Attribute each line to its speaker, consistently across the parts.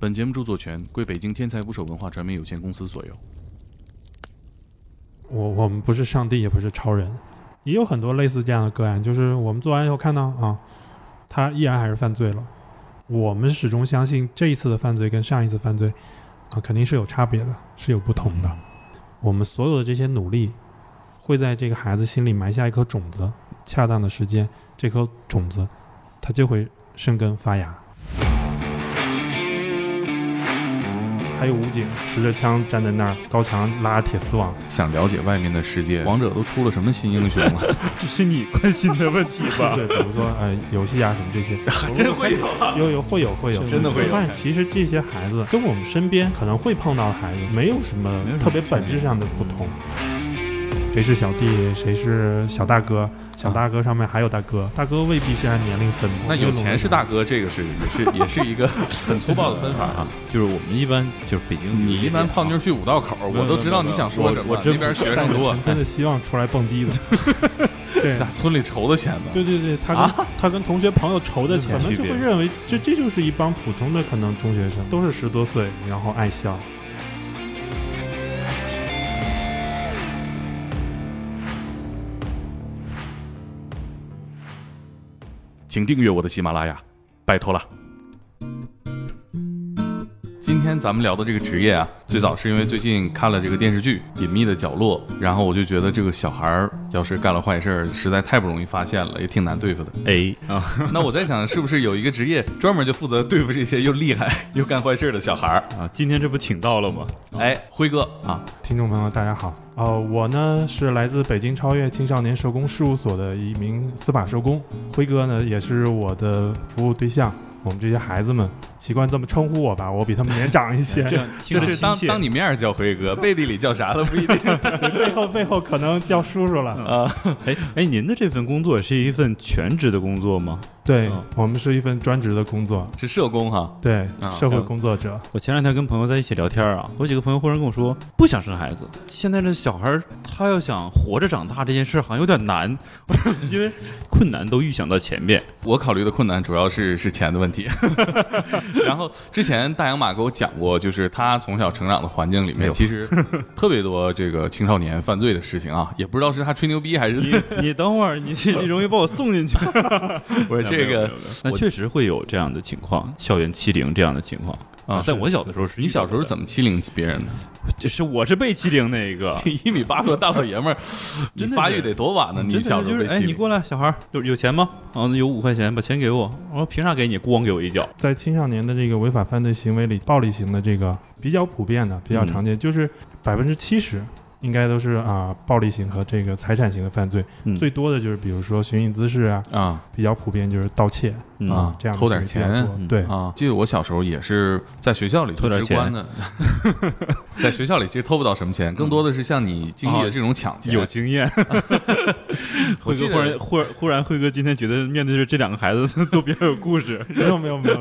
Speaker 1: 本节目著作权归北京天才捕手文化传媒有限公司所有。
Speaker 2: 我我们不是上帝，也不是超人，也有很多类似这样的个案，就是我们做完以后看到啊，他依然还是犯罪了。我们始终相信这一次的犯罪跟上一次犯罪啊，肯定是有差别的，是有不同的。我们所有的这些努力，会在这个孩子心里埋下一颗种子，恰当的时间，这颗种子，它就会生根发芽。还有武警持着枪站在那儿，高墙拉着铁丝网，
Speaker 1: 想了解外面的世界，王者都出了什么新英雄了？
Speaker 3: 这是你关心的问题吧？
Speaker 2: 对，比如说呃游戏啊什么这 些，
Speaker 3: 真会有啊！
Speaker 2: 有有会有会有，
Speaker 3: 真的会有
Speaker 2: 我发现其实这些孩子跟我们身边可能会碰到的孩子没有什么特别本质上的不同。谁是小弟，谁是小大哥？小大哥上面还有大哥，大哥未必是按年龄分的。
Speaker 1: 那有钱是大哥，这个是也是也是一个很粗暴的分法啊。
Speaker 3: 就是我们一般就是北京，
Speaker 1: 你一般泡妞去五道口，我都知道你想说什么
Speaker 2: 我。真
Speaker 1: 那边
Speaker 2: 不
Speaker 1: 学
Speaker 2: 带
Speaker 1: 生
Speaker 3: 啊
Speaker 2: 着
Speaker 1: 多
Speaker 2: 纯，粹的希望出来蹦 迪的。对
Speaker 1: 哎村里筹的钱呢。
Speaker 2: 对对对，他跟、他跟同学朋友筹的钱，
Speaker 3: 啊有
Speaker 2: 可能
Speaker 3: 什么区
Speaker 2: 就
Speaker 3: 别
Speaker 2: 会认为这这就是一帮普通的可能中学生，都是十多岁，然后爱笑。
Speaker 1: 请订阅我的喜马拉雅，拜托了。今天咱们聊的这个职业啊，最早是因为最近看了这个电视剧《隐秘的角落》，然后我就觉得这个小孩儿要是干了坏事儿，实在太不容易发现了，也挺难对付的。
Speaker 3: 哎啊，
Speaker 1: 那我在想，是不是有一个职业专门就负责对付这些又厉害又干坏事儿的小孩儿？
Speaker 3: 啊，今天这不请到了吗？
Speaker 1: 哎，辉哥啊，
Speaker 2: 听众朋友，大家好，呃，我呢是来自北京超越青少年社工事务所的一名司法社工，辉哥呢也是我的服务对象。我们这些孩子们习惯这么称呼我吧，我比他们年长一 些，
Speaker 3: 样
Speaker 1: 这是当当你面儿叫辉哥，背地里叫啥都不一定。
Speaker 2: 背后背后可能叫叔叔了。
Speaker 3: 哎哎，您的这份工作是一份全职的工作吗？
Speaker 2: 对、
Speaker 3: 嗯
Speaker 2: 我们是一份专职的工作，
Speaker 1: 是社工哈、
Speaker 2: 对、
Speaker 1: 啊
Speaker 2: 社会
Speaker 3: 嗯
Speaker 2: 工作者。
Speaker 3: 我前两天跟朋友在一起聊天啊，我有几个朋友忽然跟我说不想生孩子，现在这小孩儿他要想活着长大这件事好像有点难， 因为困难都预想到前面。
Speaker 1: 我考虑的困难主要是 是钱的问题。然后之前大洋马给我讲过，就是他从小成长的环境里
Speaker 3: 哎
Speaker 1: 面，
Speaker 3: 呦
Speaker 1: 其实特别多这个青少年犯罪的事情啊， 也不知道是他吹牛逼还是
Speaker 3: 你你等会儿，你你容易把我送进去。
Speaker 1: 不是 这个。
Speaker 3: 那确实会有这样的情况，校园欺凌这样的情况
Speaker 1: 啊
Speaker 3: 在我小的时候是
Speaker 1: 你小时候
Speaker 3: 么？
Speaker 1: 怎么欺凌别 人的？，
Speaker 3: 这是我是被欺凌那一 个
Speaker 1: 一米八多的大老爷们儿，你
Speaker 3: 真的是
Speaker 1: 发育得多晚呢？
Speaker 3: 真
Speaker 1: 你
Speaker 3: 的
Speaker 1: 小时
Speaker 3: 就
Speaker 1: 候
Speaker 3: 是
Speaker 1: 被
Speaker 3: 哎，
Speaker 1: 欺
Speaker 3: 你
Speaker 1: 凌，
Speaker 3: 过来，小孩儿有有钱吗？啊，有五块钱，把钱给我。我说凭啥给你？咣给我一脚。
Speaker 2: 在青少年的这个违法犯罪行为里，暴力型的这个比较普遍的、比较常
Speaker 1: 嗯
Speaker 2: 见，就是百分之七十应该都是啊、暴力型和这个财产型的犯罪，
Speaker 3: 嗯
Speaker 2: 最多的就是比如说寻衅滋事啊，
Speaker 1: 啊
Speaker 2: 比较普遍就是盗窃
Speaker 3: 嗯
Speaker 1: 啊
Speaker 2: 这样的
Speaker 1: 偷点
Speaker 2: 行为比较
Speaker 1: 钱
Speaker 2: 多
Speaker 3: 嗯
Speaker 2: 对，
Speaker 1: 啊！记得我小时候也是在学校里
Speaker 3: 偷点
Speaker 1: 做职官 的，在学校里其实偷不到什么钱，更多的是像你经历的这种抢劫。
Speaker 3: 哦有经 验。
Speaker 1: 我
Speaker 3: 辉
Speaker 1: 记
Speaker 3: 哥
Speaker 1: 得
Speaker 3: 忽然忽然忽然，辉哥今天觉得面对着这两个孩子都比较有故事
Speaker 2: 没有没有没有，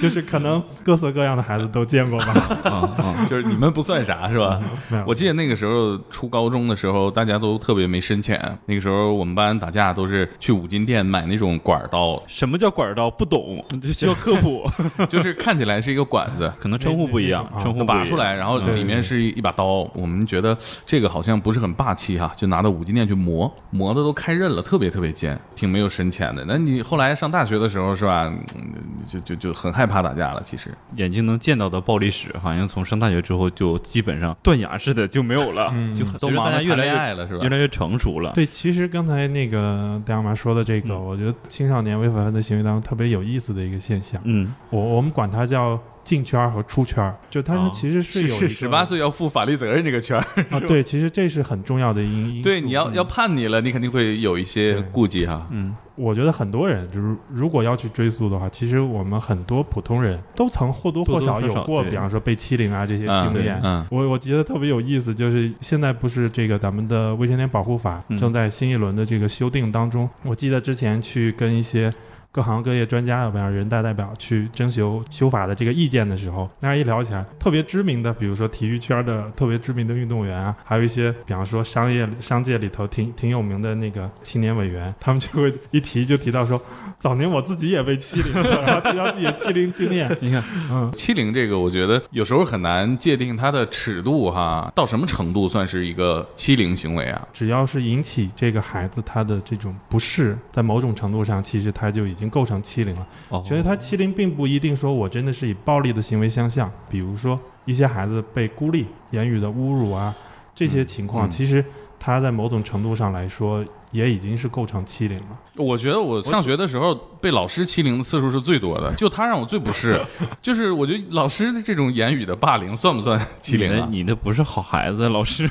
Speaker 2: 就是可能各色各样的孩子都见过 吧，
Speaker 3: 啊啊！
Speaker 1: 就是你们不算啥是吧？
Speaker 2: 没有
Speaker 1: 我记得那个时候初高中的时候，大家都特别没深浅。那个时候我们班打架都是去五金店买那种管刀，
Speaker 3: 什么叫管儿刀？不懂，就需要科普。。
Speaker 1: 就是看起来是一个管子
Speaker 3: 可能称呼不一样
Speaker 2: 那那，
Speaker 3: 称呼 不一样
Speaker 1: 拔出来，然后
Speaker 3: 嗯
Speaker 1: 里面是一把刀。我们觉得这个好像不是很霸气哈、就拿到五金店去磨，磨的都开刃了，特别特别尖，挺没有深浅的。那你后来上大学的时候是吧，嗯就就就很害怕打架了。其实
Speaker 3: 眼睛能见到的暴力史，好像从上大学之后就基本上断崖式的就没有了，
Speaker 2: 嗯
Speaker 3: 就
Speaker 1: 都
Speaker 3: 随着
Speaker 1: 忙着
Speaker 3: 大家越
Speaker 1: 谈
Speaker 3: 来
Speaker 1: 恋
Speaker 3: 越
Speaker 1: 爱了是吧
Speaker 3: 越？来越成熟了。
Speaker 2: 对，其实刚才那个大妈说的这个，
Speaker 3: 嗯
Speaker 2: 我觉得青少年违法犯罪行为当中特别有意思的一个现象，
Speaker 3: 嗯，
Speaker 2: 我我们管它叫进圈儿和出圈儿，就它
Speaker 3: 哦
Speaker 2: 是其实有一
Speaker 1: 是
Speaker 2: 个
Speaker 1: 十八岁要负法律责任这个圈儿，
Speaker 2: 啊，对，其实这是很重要的因因素。
Speaker 1: 对，你要
Speaker 2: 嗯
Speaker 1: 要判你了，你肯定会有一些
Speaker 2: 对
Speaker 1: 顾忌哈。
Speaker 3: 嗯，
Speaker 2: 我觉得很多人就是如果要去追溯的话，其实我们很多普通人都曾或多
Speaker 3: 多
Speaker 2: 或
Speaker 3: 多
Speaker 2: 少
Speaker 3: 少
Speaker 2: 有
Speaker 3: 少
Speaker 2: 过，
Speaker 3: 对
Speaker 2: 比方说被欺凌啊这些
Speaker 1: 嗯
Speaker 2: 经验。
Speaker 1: 嗯，
Speaker 2: 我我觉得特别有意思，就是现在不是这个咱们的未成年保护法
Speaker 3: 嗯
Speaker 2: 正在新一轮的这个修订当中。我记得之前去跟一些各行各业专家有没有人大代表去征求修法的这个意见的时候，大家一聊起来，特别知名的，比如说体育圈的特别知名的运动员啊，还有一些比方说商业商界里头挺挺有名的那个青年委员，他们就会一提就提到说，早年我自己也被欺凌过，然后提到自己的欺凌经验，
Speaker 1: 你看，
Speaker 2: 嗯，
Speaker 1: 欺凌这个，我觉得有时候很难界定它的尺度哈，到什么程度算是一个欺凌行为啊？
Speaker 2: 只要是引起这个孩子他的这种不适，在某种程度上，其实他就已经构成欺凌了。
Speaker 3: 哦
Speaker 2: 其实他欺凌并不一定说我真的是以暴力的行为相向，比如说一些孩子被孤立、言语的侮辱啊，这些情
Speaker 1: 嗯
Speaker 2: 况，
Speaker 1: 嗯
Speaker 2: 其实他在某种程度上来说，也已经是构成欺凌了。
Speaker 1: 我觉得我上学的时候被老师欺凌的次数是最多的，就他让我最不 适，就是我觉得老师的这种言语的霸凌算不算欺凌啊？
Speaker 3: 你那不是好孩子，老师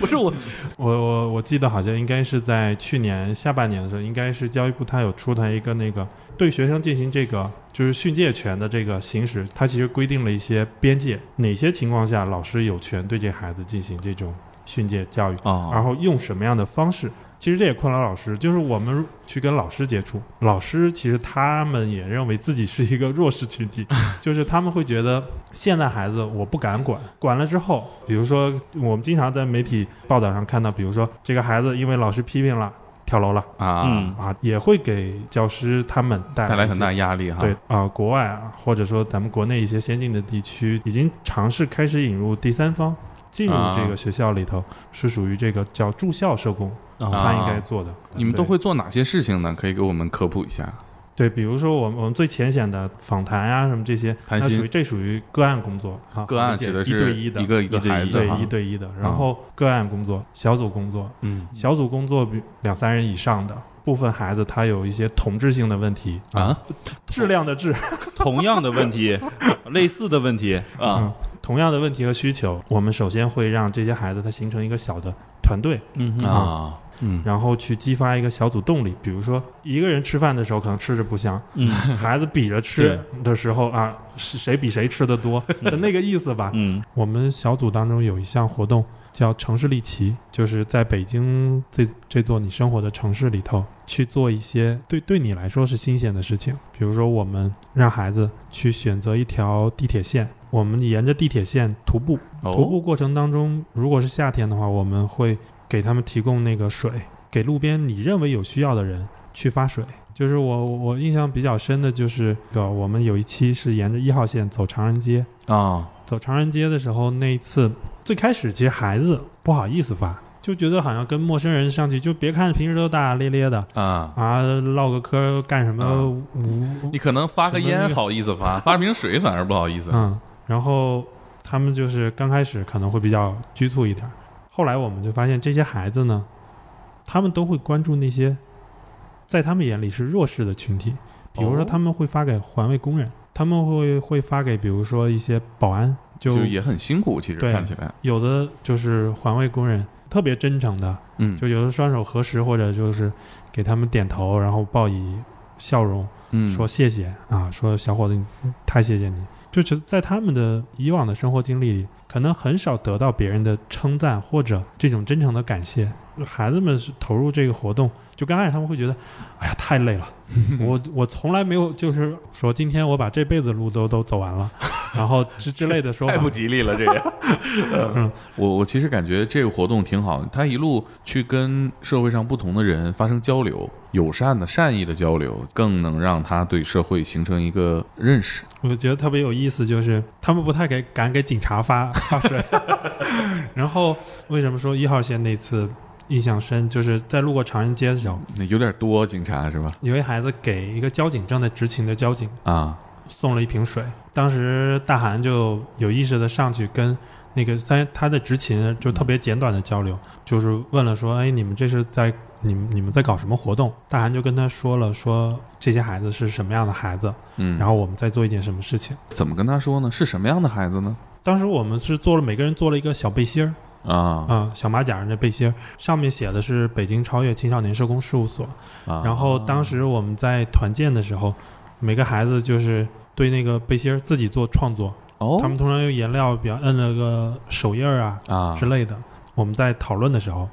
Speaker 3: 不是我，
Speaker 2: 我我我记得好像应该是在去年下半年的时候，应该是教育部它有出台一个那个对学生进行这个就是训诫权的这个行使，它其实规定了一些边界，哪些情况下老师有权对这孩子进行这种训诫教育，然
Speaker 1: 啊
Speaker 3: 哦，
Speaker 2: 后用什么样的方式。其实这也困扰老师，就是我们去跟老师接触，老师其实他们也认为自己是一个弱势 群体，就是他们会觉得现在孩子我不敢管，管了之后，比如说我们经常在媒体报道上看到，比如说这个孩子因为老师批评了跳楼了
Speaker 1: 啊，
Speaker 3: 嗯，
Speaker 2: 啊，也会给教师他们带
Speaker 1: 带来
Speaker 2: 一
Speaker 1: 很
Speaker 2: 些
Speaker 1: 大压力哈。
Speaker 2: 对，啊、国外啊，或者说咱们国内一些先进的地区，已经尝试开始引入第三方进入这
Speaker 1: 啊
Speaker 2: 个学校里头，是属于这个叫住校社工，
Speaker 3: 哦
Speaker 1: 啊
Speaker 2: 他应该做的。
Speaker 1: 你们都
Speaker 2: 对
Speaker 1: 会做哪些事情呢？可以给我们科普一下。
Speaker 2: 对，比如说我们我们最浅显的访谈啊什么这些，
Speaker 1: 谈
Speaker 2: 那
Speaker 1: 心
Speaker 2: 属于这属于个案工作啊，
Speaker 1: 个案
Speaker 2: 理解
Speaker 1: 指的
Speaker 2: 一
Speaker 1: 是
Speaker 2: 对一的，
Speaker 1: 一个一个啊
Speaker 3: 一对一
Speaker 1: 孩子
Speaker 2: 对
Speaker 1: 哈
Speaker 2: 一，对一的，然后个案工作、小组工作，
Speaker 3: 嗯，
Speaker 2: 小组工作比两三人以上的。部分孩子他有一些同质性的问题
Speaker 1: 啊，
Speaker 2: 质量的质
Speaker 3: 同样的问 题，类似的问题啊，
Speaker 2: 嗯，同样的问题和需求，我们首先会让这些孩子他形成一个小的团队，
Speaker 3: 嗯哼
Speaker 1: 啊，嗯，
Speaker 2: 然后去激发一个小组动力。比如说，一个人吃饭的时候可能吃着不香，
Speaker 3: 嗯
Speaker 2: 孩子比着吃的时候啊，是谁比谁吃的多的那个意思吧。
Speaker 3: 嗯
Speaker 2: 我们小组当中有一项活动叫城市力奇，就是在北京这这座你生活的城市里头去做一些对对你来说是新鲜的事情，比如说我们让孩子去选择一条地铁线，我们沿着地铁线徒步，徒
Speaker 1: 哦，
Speaker 2: 步过程当中，如果是夏天的话，我们会给他们提供那个水，给路边你认为有需要的人去发水。就是我我印象比较深的就是，呃，我们有一期是沿着一号线走长安街，
Speaker 1: 啊，
Speaker 2: 走长安街的时候，那一次最开始其实孩子不好意思发，就觉得好像跟陌生人上去，就别看平时都大大咧咧的
Speaker 1: 啊，
Speaker 2: 啊，唠个嗑干什
Speaker 1: 啊
Speaker 2: 么无
Speaker 1: 你可能发个
Speaker 2: 什么那
Speaker 1: 烟
Speaker 2: 个
Speaker 1: 好意思发，发瓶水反而不好意思。
Speaker 2: 嗯，然后他们就是刚开始可能会比较拘促一点儿，后来我们就发现这些孩子呢，他们都会关注那些在他们眼里是弱势的群体，比如说
Speaker 1: 哦
Speaker 2: 他们会发给环卫工人，他们会会发给比如说一些保安，就
Speaker 1: 就也很辛苦，其实
Speaker 2: 对
Speaker 1: 看起来，
Speaker 2: 有的就是环卫工人特别真诚的，
Speaker 1: 嗯，
Speaker 2: 就有的双手合十或者就是给他们点头，然后报以笑容。
Speaker 1: 嗯
Speaker 2: 说谢谢啊，说小伙子，你太谢谢你。就觉得在他们的以往的生活经历里，可能很少得到别人的称赞或者这种真诚的感谢。孩子们是投入这个活动，就刚开始他们会觉得，哎呀，太累了， 我我从来没有就是说今天我把这辈子路都都走完了，然后之之类的说法
Speaker 1: 太不吉利了，这个。嗯我我其实感觉这个活动挺好，他一路去跟社会上不同的人发生交流，友善的、善意的交流，更能让他对社会形成一个认识。
Speaker 2: 我觉得特别有意思，就是他们不太给敢给警察发发 水。然后为什么说一号线那次印象深，就是在路过长安街的时候，
Speaker 1: 那有点多，警察是吧？
Speaker 2: 有一孩子给一个交警正在执勤的交警
Speaker 1: 啊，
Speaker 2: 送了一瓶水，当时大韩就有意识的上去跟那个在他的执勤就特别简短的交流，就是问了说，哎，你们这是在你们你们在搞什么活动？大韩就跟他说了说这些孩子是什么样的孩子，
Speaker 1: 嗯，
Speaker 2: 然后我们在做一件什么事情。
Speaker 1: 怎么跟他说呢？是什么样的孩子呢？
Speaker 2: 当时我们是做了每个人做了一个小背心儿，
Speaker 1: 啊
Speaker 2: 啊、小马甲人的背心儿，上面写的是北京超越青少年社工事务所。
Speaker 1: 啊，
Speaker 2: 然后当时我们在团建的时候，每个孩子就是对那个背心儿自己做创作，
Speaker 1: 哦，
Speaker 2: 他们通常用颜料，比方摁了个手印儿啊
Speaker 1: 啊
Speaker 2: 之类的。我们在讨论的时候，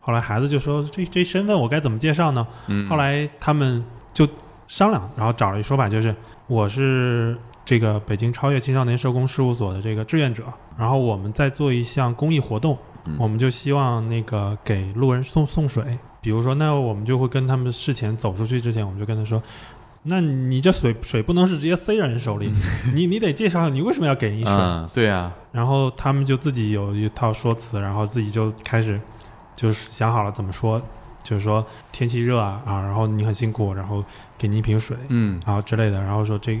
Speaker 2: 后来孩子就说：“这这身份我该怎么介绍呢？”
Speaker 1: 嗯
Speaker 2: 后来他们就商量，然后找了一说法，就是我是这个北京超越青少年社工事务所的这个志愿者，然后我们在做一项公益活动，
Speaker 1: 嗯
Speaker 2: 我们就希望那个给路人送送水，比如说，那我们就会跟他们事前走出去之前，我们就跟他说。那你这水水不能是直接塞人手里，你你得介绍你为什么要给人家水，
Speaker 1: 嗯，对呀，
Speaker 2: 然后他们就自己有一套说辞，然后自己就开始就是想好了怎么说，就是说天气热啊啊，然后你很辛苦，然后给你一瓶水，
Speaker 1: 嗯
Speaker 2: 然后之类的，然后说这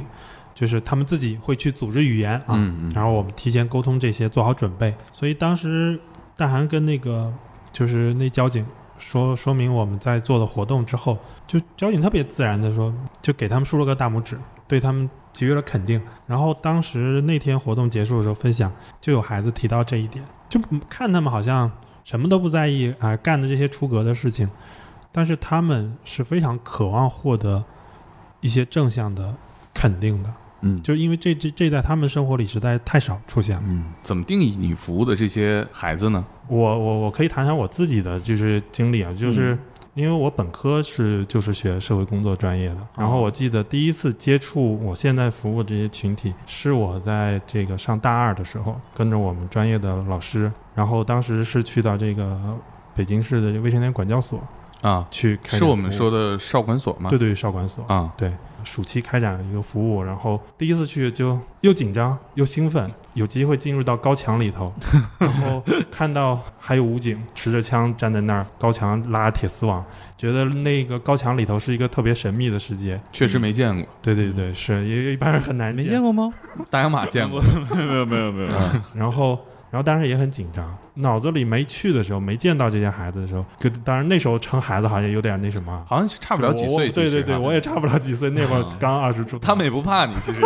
Speaker 2: 就是他们自己会去组织语言啊，
Speaker 1: 嗯嗯
Speaker 2: 然后我们提前沟通这些，做好准备。所以当时大韩跟那个就是那交警说说明我们在做的活动之后，就交警特别自然的说，就给他们竖了个大拇指，对他们给予了肯定。然后当时那天活动结束的时候分享，就有孩子提到这一点，就看他们好像什么都不在意啊、干的这些出格的事情，但是他们是非常渴望获得一些正向的肯定的。
Speaker 1: 嗯，
Speaker 2: 就是因为这这这在他们生活里实在太少出现了。
Speaker 1: 嗯，怎么定义你服务的这些孩子呢？
Speaker 2: 我我我可以谈谈我自己的就是经历啊，就是。
Speaker 1: 嗯
Speaker 2: 因为我本科是就是学社会工作专业
Speaker 1: 哦
Speaker 2: 的，然后我记得第一次接触我现在服务这些群体，是我在这个上大二的时候，跟着我们专业的老师，然后当时是去到这个北京市的卫生间管教所
Speaker 1: 啊，
Speaker 2: 去开展
Speaker 1: 是我们
Speaker 2: 服务
Speaker 1: 说的少管所吗？
Speaker 2: 对对少管所
Speaker 1: 啊，
Speaker 2: 暑期开展一个服务，然后第一次去就又紧张又兴奋，有机会进入到高墙 里头，然后看到还有武警持着枪站在那儿，高墙拉铁丝网，觉得那个高墙里头是一个特别神秘的世界。
Speaker 1: 确实没见过，
Speaker 2: 对对对，是也一般人很难
Speaker 3: 没见过吗？
Speaker 2: 嗯
Speaker 1: 大洋马 见过，
Speaker 3: 没有没有没有，
Speaker 1: 嗯
Speaker 2: 然后，然后当时也很紧张，脑子里没去的时候，没见到这些孩子的时候，可当然那时候称孩子好像有点那什么。
Speaker 1: 好像差不了几
Speaker 2: 我我
Speaker 1: 岁。
Speaker 2: 对
Speaker 1: 其实
Speaker 2: 对对，
Speaker 1: 啊
Speaker 2: 我也差不了几岁，那会儿
Speaker 1: 啊
Speaker 2: 刚二十出头。
Speaker 1: 他们也不怕你， 其实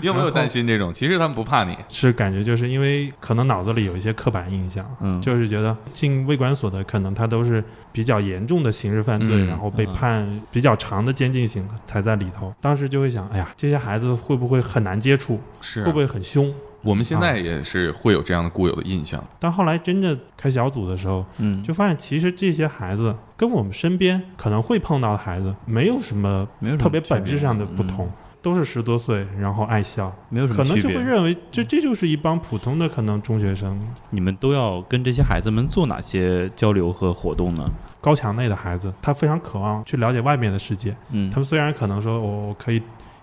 Speaker 1: 你有没有担心这种？其实他们不怕你，
Speaker 2: 是感觉就是因为可能脑子里有一些刻板印象，
Speaker 3: 嗯
Speaker 2: 就是觉得进卫管所的可能他都是比较严重的刑事犯罪，
Speaker 1: 嗯
Speaker 2: 然后被判比较长的监禁刑才在里头。当时就会想，哎呀，这些孩子会不会很难接触，
Speaker 3: 啊
Speaker 1: 是
Speaker 2: 会不会很凶？
Speaker 1: 我们
Speaker 2: 啊
Speaker 1: 现在也是会有这样的固有的印象。
Speaker 2: 但后来真的开小组的时候，
Speaker 3: 嗯，
Speaker 2: 就发现其实这些孩子跟我们身边可能会碰到的孩子没有什么
Speaker 3: 没有什么
Speaker 2: 特别本质上的不同，
Speaker 3: 区
Speaker 2: 都是十多岁，然后爱笑，
Speaker 3: 别，嗯没有什
Speaker 2: 可
Speaker 3: 么
Speaker 2: 能
Speaker 3: 区
Speaker 2: 就会
Speaker 3: 别。嗯
Speaker 2: 认为这这就是一帮普通的可能中学生，
Speaker 3: 你们都要跟这些孩子们做哪些交流和活动呢？
Speaker 2: 高墙内的孩子，他非常渴望去了解外面的世界。
Speaker 3: 嗯
Speaker 2: 他们虽然可能说哦我我可以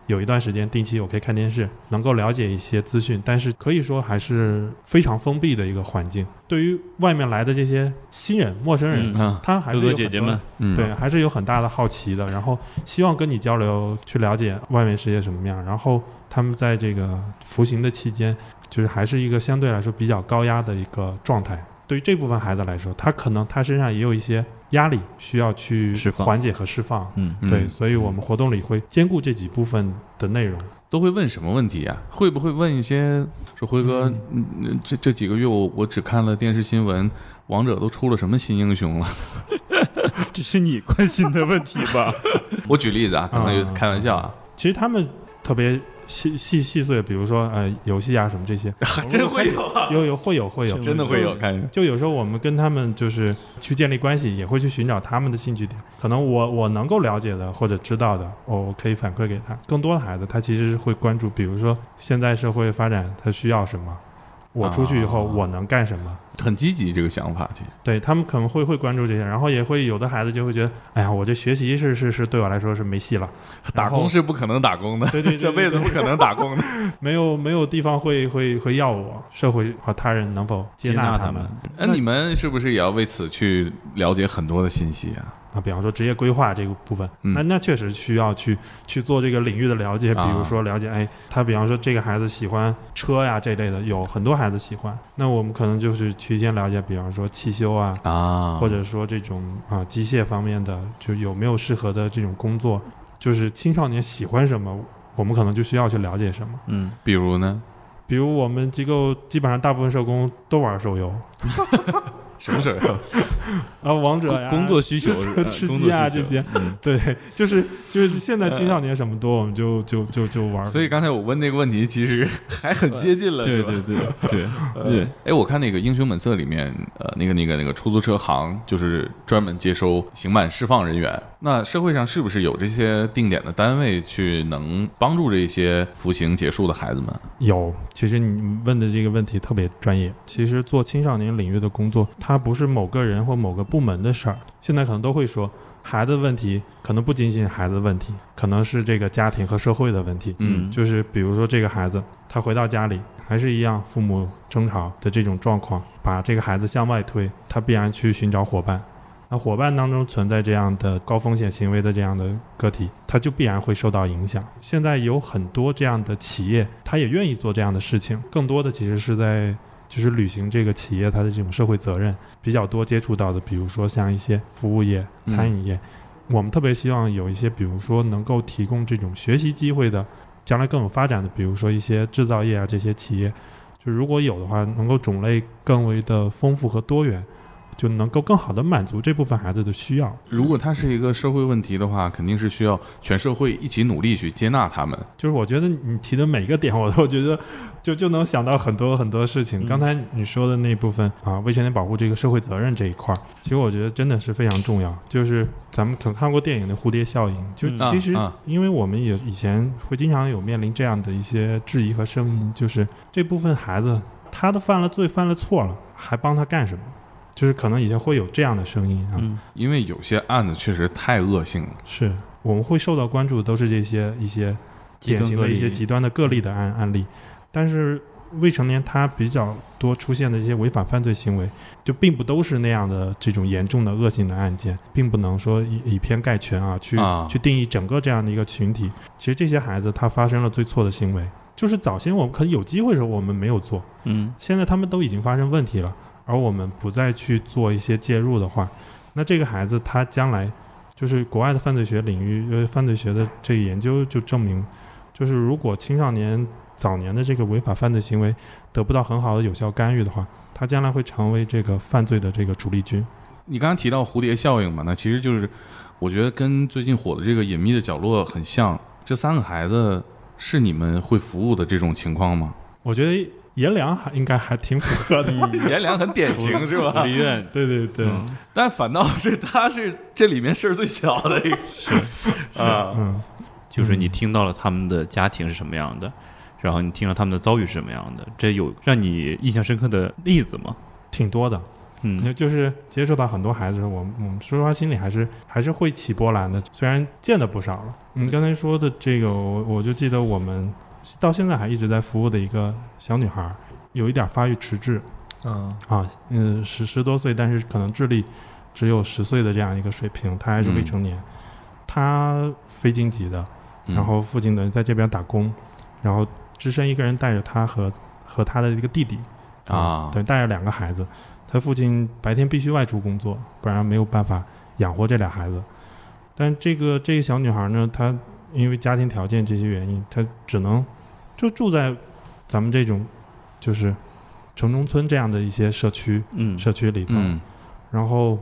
Speaker 2: 有一段时间定期我可以看电视，能够了解一些资讯，但是可以说还是非常封闭的一个环境。对于外面来的这些新人、陌生人，
Speaker 3: 嗯
Speaker 1: 啊，
Speaker 2: 他还是有
Speaker 3: 哥
Speaker 2: 很
Speaker 3: 哥
Speaker 2: 多
Speaker 3: 姐姐们，
Speaker 1: 嗯，
Speaker 2: 对，啊还是有很大的好奇的，然后希望跟你交流，去了解外面世界什么样。然后他们在这个服刑的期间，就是还是一个相对来说比较高压的一个状态。对于这部分孩子来说，他可能他身上也有一些压力需要去
Speaker 3: 释放
Speaker 2: 缓解和释放。
Speaker 3: 嗯
Speaker 1: 嗯
Speaker 2: 对，所以我们活动里会兼顾这几部分的内容。
Speaker 1: 都会问什么问题啊？会不会问一些说辉哥，嗯嗯这这几个月我我只看了电视新闻，王者都出了什么新英雄了？
Speaker 3: 这是你关心的问题 吧？
Speaker 1: 我举例子啊，可能有开玩笑啊，
Speaker 2: 其实他们特别细细细碎，比如说呃游戏啊什么这 些，
Speaker 1: 还真会有啊，
Speaker 2: 有有会有会有，
Speaker 1: 真的会有，看
Speaker 2: 就有时候我们跟他们就是去建立关系，也会去寻找他们的兴趣点。可能我我能够了解的或者知道的，我我可以反馈给他。更多的孩子，他其实是会关注，比如说现在社会发展他需要什么，我出去以后
Speaker 1: 啊
Speaker 2: 我能干什么。
Speaker 1: 很积极这个想法，其实
Speaker 2: 对他们可能会会关注这些，然后也会有的孩子就会觉得，哎呀，我这学习是是是对我来说是没戏了，
Speaker 1: 打工是不可能打 工的，
Speaker 2: 对 对对对
Speaker 1: 这辈子不可能打工的。
Speaker 2: 没有没有地方会会会要我，社会和他人能否接纳他
Speaker 3: 他
Speaker 2: 们
Speaker 3: 们，
Speaker 1: 那你们是不是也要为此去了解很多的信息啊？
Speaker 2: 啊，比方说职业规划这个部分，
Speaker 1: 嗯
Speaker 2: 那那确实需要去去做这个领域的了解，比
Speaker 1: 啊
Speaker 2: 如说了解，哎，他比方说这个孩子喜欢车呀这类的，有很多孩子喜欢，那我们可能就是去先了解，比方说汽修啊，
Speaker 1: 啊，
Speaker 2: 或者说这种啊机械方面的，就有没有适合的这种工作，就是青少年喜欢什么，我们可能就需要去了解什么。
Speaker 3: 嗯，
Speaker 1: 比如呢？
Speaker 2: 比如我们机构基本上大部分社工都玩手游，
Speaker 1: 什么时候？
Speaker 2: 啊，王者呀
Speaker 3: 嗯 工，工作需 求
Speaker 2: 吃
Speaker 3: 是吧，工
Speaker 2: 鸡
Speaker 3: 作
Speaker 2: 啊
Speaker 3: 需
Speaker 2: 这
Speaker 3: 求
Speaker 2: 些，
Speaker 3: 嗯
Speaker 2: 对，就是就是现在青少年什么多，我们就就就就玩。
Speaker 1: 所以刚才我问那个问题，其实还很接近了，
Speaker 3: 对
Speaker 1: 是吧
Speaker 3: 对对呃对对，
Speaker 1: 哎，我看那个《英雄本色》里面，呃，那个那个那个出租车行就是专门接收刑满释放人员，那社会上是不是有这些定点的单位去能帮助这些服刑结束的孩子们？
Speaker 2: 有，其实你问的这个问题特别专业。其实做青少年领域的工作，它不是某个人或某个部门的事儿。现在可能都会说，孩子的问题可能不仅仅是孩子的问题，可能是这个家庭和社会的问题。
Speaker 1: 嗯
Speaker 2: 就是比如说这个孩子，他回到家里还是一样父母争吵的这种状况，把这个孩子向外推，他必然去寻找伙伴。那伙伴当中存在这样的高风险行为的这样的个体，他就必然会受到影响。现在有很多这样的企业，他也愿意做这样的事情，更多的其实是在就是履行这个企业它的这种社会责任。比较多接触到的，比如说像一些服务业、
Speaker 1: 嗯
Speaker 2: 餐饮业，我们特别希望有一些，比如说能够提供这种学习机会的，将来更有发展的，比如说一些制造业啊这些企业，就如果有的话，能够种类更为的丰富和多元，就能够更好的满足这部分孩子的需要。
Speaker 1: 如果它是一个社会问题的话，肯定是需要全社会一起努力去接纳他们。
Speaker 2: 就是我觉得你提的每一个点，我都觉得 就就能想到很多很多事情。
Speaker 1: 嗯
Speaker 2: 刚才你说的那部分啊，未成年保护这个社会责任这一块儿，其实我觉得真的是非常重要。就是咱们可能看过电影的《蝴蝶效应》，就
Speaker 3: 嗯
Speaker 2: 其实
Speaker 1: 啊啊
Speaker 2: 因为我们也以前会经常有面临这样的一些质疑和声音，就是这部分孩子他都犯了罪、犯了错了，还帮他干什么？就是可能以前会有这样的声音啊，
Speaker 3: 嗯
Speaker 1: 因为有些案子确实太恶性了。
Speaker 2: 是我们会受到关注的都是这些一些典型的一些极端的个例的案案例，但是未成年他比较多出现的一些违法犯罪行为，就并不都是那样的这种严重的恶性的案件，并不能说以以偏概全啊，去
Speaker 1: 啊
Speaker 2: 去定义整个这样的一个群体。其实这些孩子他发生了最错的行为，就是早先我们可能有机会的时候我们没有做，
Speaker 3: 嗯
Speaker 2: 现在他们都已经发生问题了，而我们不再去做一些介入的话，那这个孩子他将来就是国外的犯罪学领域，呃，犯罪学的这个研究就证明，就是如果青少年早年的这个违法犯罪行为得不到很好的有效干预的话，他将来会成为这个犯罪的这个主力军。
Speaker 1: 你刚刚提到蝴蝶效应嘛，那其实就是我觉得跟最近火的这个《隐秘的角落》很像。这三个孩子是你们会服务的这种情况吗？
Speaker 2: 我觉得颜良还应该还挺符合的。
Speaker 1: 颜良很典 型是吧？
Speaker 3: 医院
Speaker 2: 对对对，
Speaker 1: 但反倒是他是这里面事儿最小的一个，是啊，
Speaker 2: 嗯，
Speaker 3: 就是你听到了他们的家庭是什么样的，然后你听了他们的遭遇是什么样的，这有让你印象深刻的例子吗？
Speaker 2: 挺多的。
Speaker 3: 嗯
Speaker 2: 那就是接触到很多孩子的时候，我们我们说实话，心里还是还是会起波澜的。虽然见的不少了，你刚才说的这个，我我就记得我们到现在还一直在服务的一个小女孩儿，有一点发育迟滞
Speaker 1: 嗯
Speaker 2: 啊，嗯，十十多岁，但是可能智力只有十岁的这样一个水平，她还是未成年，她非京籍的，
Speaker 1: 嗯
Speaker 2: 然后父亲呢在这边打工，然后只身一个人带着她和和她的一个弟弟，
Speaker 1: 啊，
Speaker 2: 嗯对，带着两个孩子，他父亲白天必须外出工作，不然没有办法养活这俩孩子。但这个这个小女孩呢，她因为家庭条件这些原因，她只能就住在咱们这种就是城中村这样的一些社区
Speaker 3: 嗯
Speaker 2: 社区里头，
Speaker 1: 嗯
Speaker 2: 然后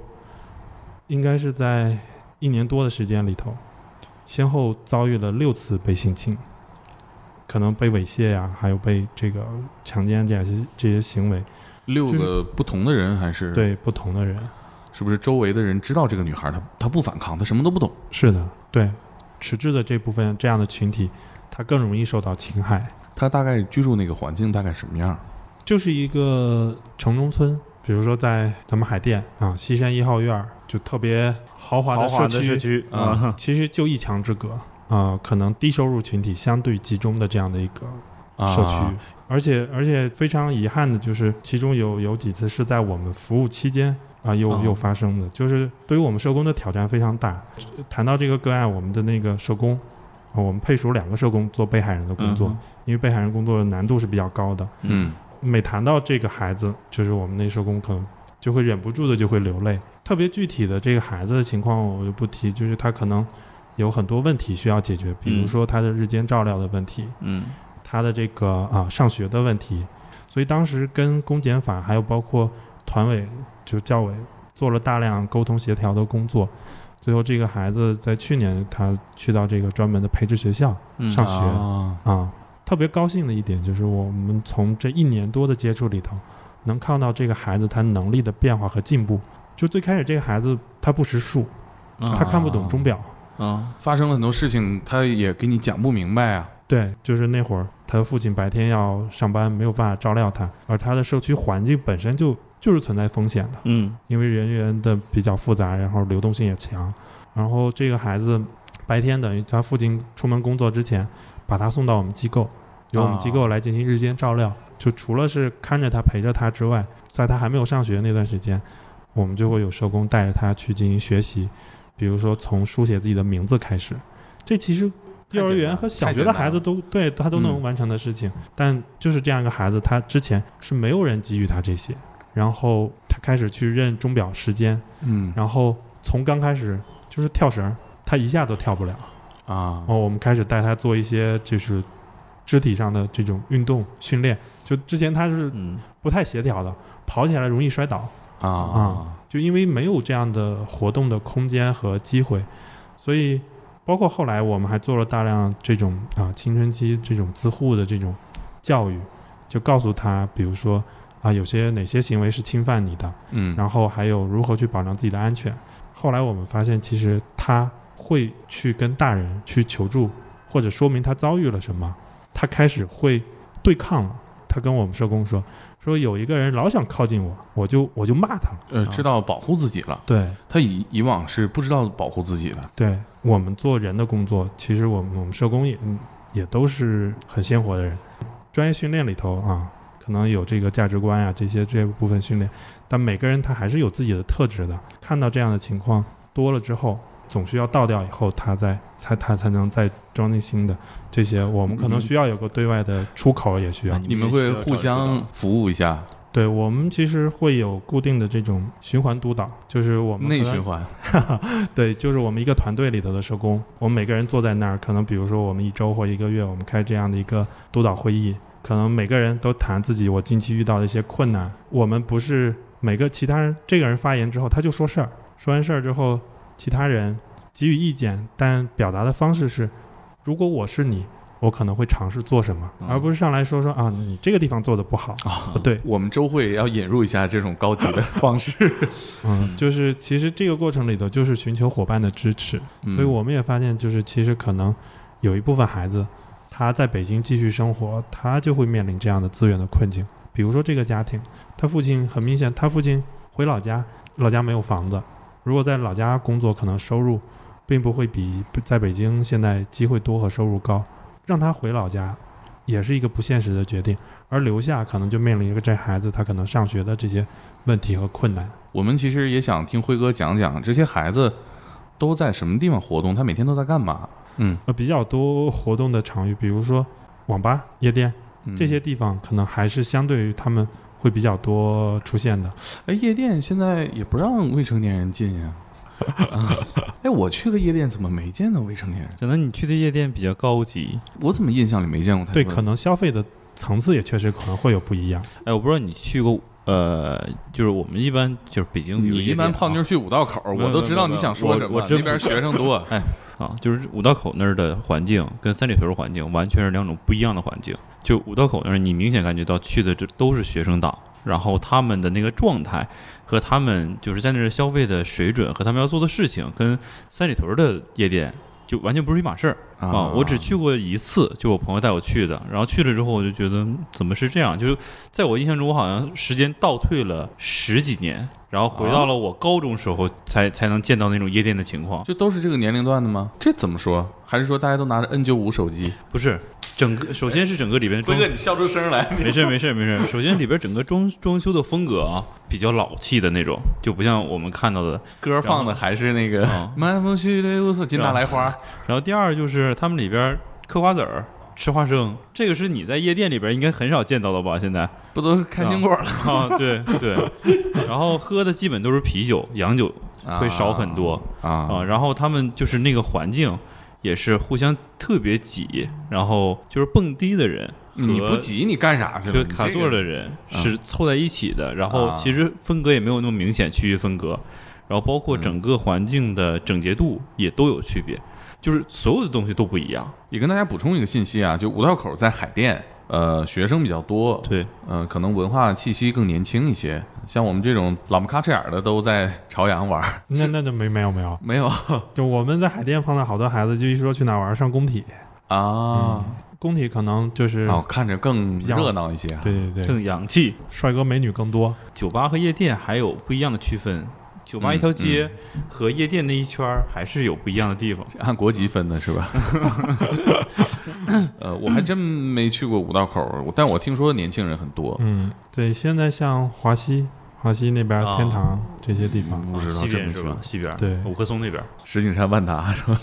Speaker 2: 应该是在一年多的时间里头，先后遭遇了六次被性侵，可能被猥亵呀、还有被这个强奸这样一些这些行为。
Speaker 1: 六
Speaker 2: 就
Speaker 1: 个不同的人还是，
Speaker 2: 对不同的人，
Speaker 1: 是不是周围的人知道这个女孩，她她不反抗，她什么都不懂，
Speaker 2: 是的，对迟滞的这部分这样的群体，他更容易受到侵害。
Speaker 1: 她大概居住那个环境大概什么样？
Speaker 2: 就是一个城中村，比如说在咱们海淀啊西山一号院儿，就特别豪华的社区，
Speaker 3: 区
Speaker 1: 啊，
Speaker 2: 其实就一墙之隔啊、可能低收入群体相对集中的这样的一个
Speaker 1: 啊
Speaker 2: 社区。而且而且非常遗憾的就是，其中有有几次是在我们服务期间啊，又
Speaker 3: 哦
Speaker 2: 又发生的，就是对于我们社工的挑战非常大。谈到这个个案，我们的那个社工，啊我们配属两个社工做被害人的工作，
Speaker 3: 嗯
Speaker 2: 因为被害人工作的难度是比较高的。
Speaker 1: 嗯
Speaker 2: 每谈到这个孩子，就是我们那社工可能就会忍不住的就会流泪。特别具体的这个孩子的情况，我就不提，就是他可能有很多问题需要解决，比如
Speaker 3: 嗯
Speaker 2: 说他的日间照料的问题，
Speaker 3: 嗯
Speaker 2: 他的这个啊上学的问题，所以当时跟公检法还有包括团委就教委做了大量沟通协调的工作，最后这个孩子在去年他去到这个专门的培植学校
Speaker 3: 嗯
Speaker 2: 上学
Speaker 1: 啊，
Speaker 2: 啊，特别高兴的一点就是我们从这一年多的接触里头，能看到这个孩子他能力的变化和进步。就最开始这个孩子他不识数，他看不懂钟表。
Speaker 3: 啊
Speaker 1: 发生了很多事情，他也给你讲不明白啊。
Speaker 2: 对，就是那会儿他的父亲白天要上班，没有办法照料他，而他的社区环境本身就就是存在风险的，
Speaker 3: 嗯
Speaker 2: 因为人员的比较复杂，然后流动性也强。然后这个孩子白天等于他父亲出门工作之前，把他送到我们机构，由我们
Speaker 1: 哦
Speaker 2: 机构来进行日间照料。就除了是看着他陪着他之外，在他还没有上学那段时间，我们就会有社工带着他去进行学习，比如说从书写自己的名字开始。这其实
Speaker 1: 太
Speaker 2: 幼儿
Speaker 1: 简
Speaker 2: 园
Speaker 1: 单
Speaker 2: 和
Speaker 1: 了
Speaker 2: 小
Speaker 1: 太
Speaker 2: 学
Speaker 1: 简
Speaker 2: 的
Speaker 1: 单
Speaker 2: 孩子
Speaker 1: 了
Speaker 2: 都对他都能
Speaker 1: 嗯
Speaker 2: 完成的事情，但就是这样一个孩子，他之前是没有人给予他这些，然后他开始去认钟表时间，
Speaker 1: 嗯
Speaker 2: 然后从刚开始就是跳绳儿，他一下都跳不了。
Speaker 1: 啊
Speaker 2: 然，后我们开始带他做一些就是肢体上的这种运动训练。就之前他是
Speaker 3: 嗯
Speaker 2: 不太协调的，跑起来容易摔倒，
Speaker 1: 啊
Speaker 2: 就因为没有这样的活动的空间和机会，所以包括后来我们还做了大量这种啊、青春期这种自护的这种教育，就告诉他，比如说啊、有些哪些行为是侵犯你的，
Speaker 1: 嗯，
Speaker 2: 然后还有如何去保障自己的安全。后来我们发现，其实他会去跟大人去求助，或者说明他遭遇了什么，他开始会对抗了。他跟我们社工说，说有一个人老想靠近我，我就我就骂他了。
Speaker 1: 呃，知道保护自己了。
Speaker 2: 对
Speaker 1: 他以以往是不知道保护自己的。
Speaker 2: 对，我们做人的工作，其实我们我们社工也嗯也都是很鲜活的人，专业训练里头啊，可能有这个价值观啊这些这部分训练，但每个人他还是有自己的特质的。看到这样的情况多了之后，总需要倒掉以后，他再才他才能再装进新的这些。我们可能
Speaker 1: 嗯
Speaker 2: 需要有个对外的出口，也需要。
Speaker 1: 你们会互相服务一下，
Speaker 2: 对我们其实会有固定的这种循环督导，就是我们可
Speaker 1: 内
Speaker 2: 能
Speaker 1: 循环。
Speaker 2: 对，就是我们一个团队里头的社工，我们每个人坐在那儿，可能比如说我们一周或一个月，我们开这样的一个督导会议，可能每个人都谈自己我近期遇到的一些困难。我们不是每个其他人，这个人发言之后他就说事儿，说完事儿之后，其他人给予意见，但表达的方式是，如果我是你，我可能会尝试做什么，而不是上来说说啊你这个地方做的不好，
Speaker 3: 啊
Speaker 2: 不对，
Speaker 1: 我们周会也要引入一下这种高级的方式。
Speaker 2: 嗯，就是其实这个过程里头就是寻求伙伴的支持。
Speaker 1: 嗯
Speaker 2: 所以我们也发现，就是其实可能有一部分孩子，他在北京继续生活，他就会面临这样的资源的困境。比如说这个家庭，他父亲很明显，他父亲回老家，老家没有房子，如果在老家工作，可能收入并不会比在北京现在机会多和收入高，让他回老家。也是一个不现实的决定，而留下可能就面临一个这孩子他可能上学的这些问题和困难。
Speaker 1: 我们其实也想听辉哥讲讲这些孩子都在什么地方活动，他每天都在干嘛。嗯，
Speaker 2: 呃，比较多活动的场域，比如说网吧、夜店，
Speaker 1: 嗯
Speaker 2: 这些地方可能还是相对于他们会比较多出现的。
Speaker 1: 哎，夜店现在也不让未成年人进呀、啊。 哎，我去的夜店怎么没见到未成年人？
Speaker 3: 可能你去的夜店比较高级，
Speaker 1: 我怎么印象里没见过他？
Speaker 2: 对，可能消费的层次也确实可能会有不一样。
Speaker 3: 哎，我不知道你去过，呃，就是我们一般就是北京有
Speaker 1: 你一
Speaker 3: 夜
Speaker 1: 般
Speaker 3: 店
Speaker 1: 泡
Speaker 3: 啊
Speaker 1: 妞去五道口，
Speaker 3: 没有
Speaker 1: 我都知道你想说什
Speaker 3: 没有没有
Speaker 1: 么
Speaker 3: 我。真
Speaker 1: 那边学生多，哎，
Speaker 3: 啊，就是五道口那儿的环境跟三里屯儿环境完全是两种不一样的环境。就五道口那儿，你明显感觉到去的这都是学生党，然后他们的那个状态和他们就是在那儿消费的水准和他们要做的事情，跟三里屯儿的夜店就完全不是一码事儿啊。我只去过一次，就我朋友带我去的，然后去了之后我就觉得嗯怎么是这样？就是在我印象中，我好像时间倒退了十几年，然后回到了我高中时候才才能见到那种夜店的情况。
Speaker 1: 这都是这个年龄段的吗？这怎么说？还是说大家都拿着 N 九五手机？
Speaker 3: 不是，整个首先是整个里边装，
Speaker 1: 你笑出声来。
Speaker 3: 没事没事没事。首先里边整个装装修的风格啊，比较老气的那种，就不像我们看到的
Speaker 1: 歌放的还是那个
Speaker 3: 啊
Speaker 1: 《满风絮泪无所金大来花》。
Speaker 3: 然后第二就是他们里边嗑瓜子儿、吃花生，这个是你在夜店里边应该很少见到的吧？现在
Speaker 1: 不都是开心果了？
Speaker 3: 啊，对对。然后喝的基本都是啤酒、洋酒，会少很多
Speaker 1: 啊
Speaker 3: 啊。然后他们就是那个环境。也是互相特别挤，然后就是蹦迪的人和
Speaker 1: 你不急，你干啥去了？
Speaker 3: 就
Speaker 1: 你
Speaker 3: 卡
Speaker 1: 这
Speaker 3: 座
Speaker 1: 个
Speaker 3: 的人是凑在一起的，然后
Speaker 1: 啊
Speaker 3: 其实分隔也没有那么明显，区域分隔，然后包
Speaker 1: 嗯
Speaker 3: 括整个环境的整洁度也都有区别，就是所有的东西都不一样。
Speaker 1: 也跟大家补充一个信息啊，就五道口在海淀，呃，学生比较多，
Speaker 3: 对，
Speaker 1: 呃，可能文化气息更年轻一些。像我们这种老不卡哧眼儿的都在朝阳玩儿，
Speaker 2: 那那那没没有没有，
Speaker 1: 没有
Speaker 2: 就我们在海淀碰到好多孩子，就一说去哪玩儿上工体，
Speaker 1: 啊？
Speaker 2: 工体可能
Speaker 3: 嗯
Speaker 2: 就是、
Speaker 1: 哦，看着更
Speaker 2: 比较
Speaker 1: 热闹一些啊。
Speaker 2: 对对对，
Speaker 3: 更洋气。
Speaker 2: 帅哥美女更多，
Speaker 3: 酒吧和夜店还有不一样的区分，酒吧一
Speaker 1: 嗯
Speaker 3: 条街和夜店那一圈儿还是有不一样的地方。
Speaker 1: 按国籍分的是吧？ 呃，我还真没去过五道口儿，但我听说年轻人很多。
Speaker 2: 嗯，对，现在像华西、华西那边
Speaker 3: 啊
Speaker 2: 天堂这些地方，
Speaker 1: 不知道
Speaker 3: 嗯西边
Speaker 1: 真没
Speaker 3: 是
Speaker 1: 去
Speaker 3: 吧
Speaker 1: 过？
Speaker 3: 西边
Speaker 2: 对
Speaker 3: 五棵松那边。
Speaker 1: 石景山万达是吧？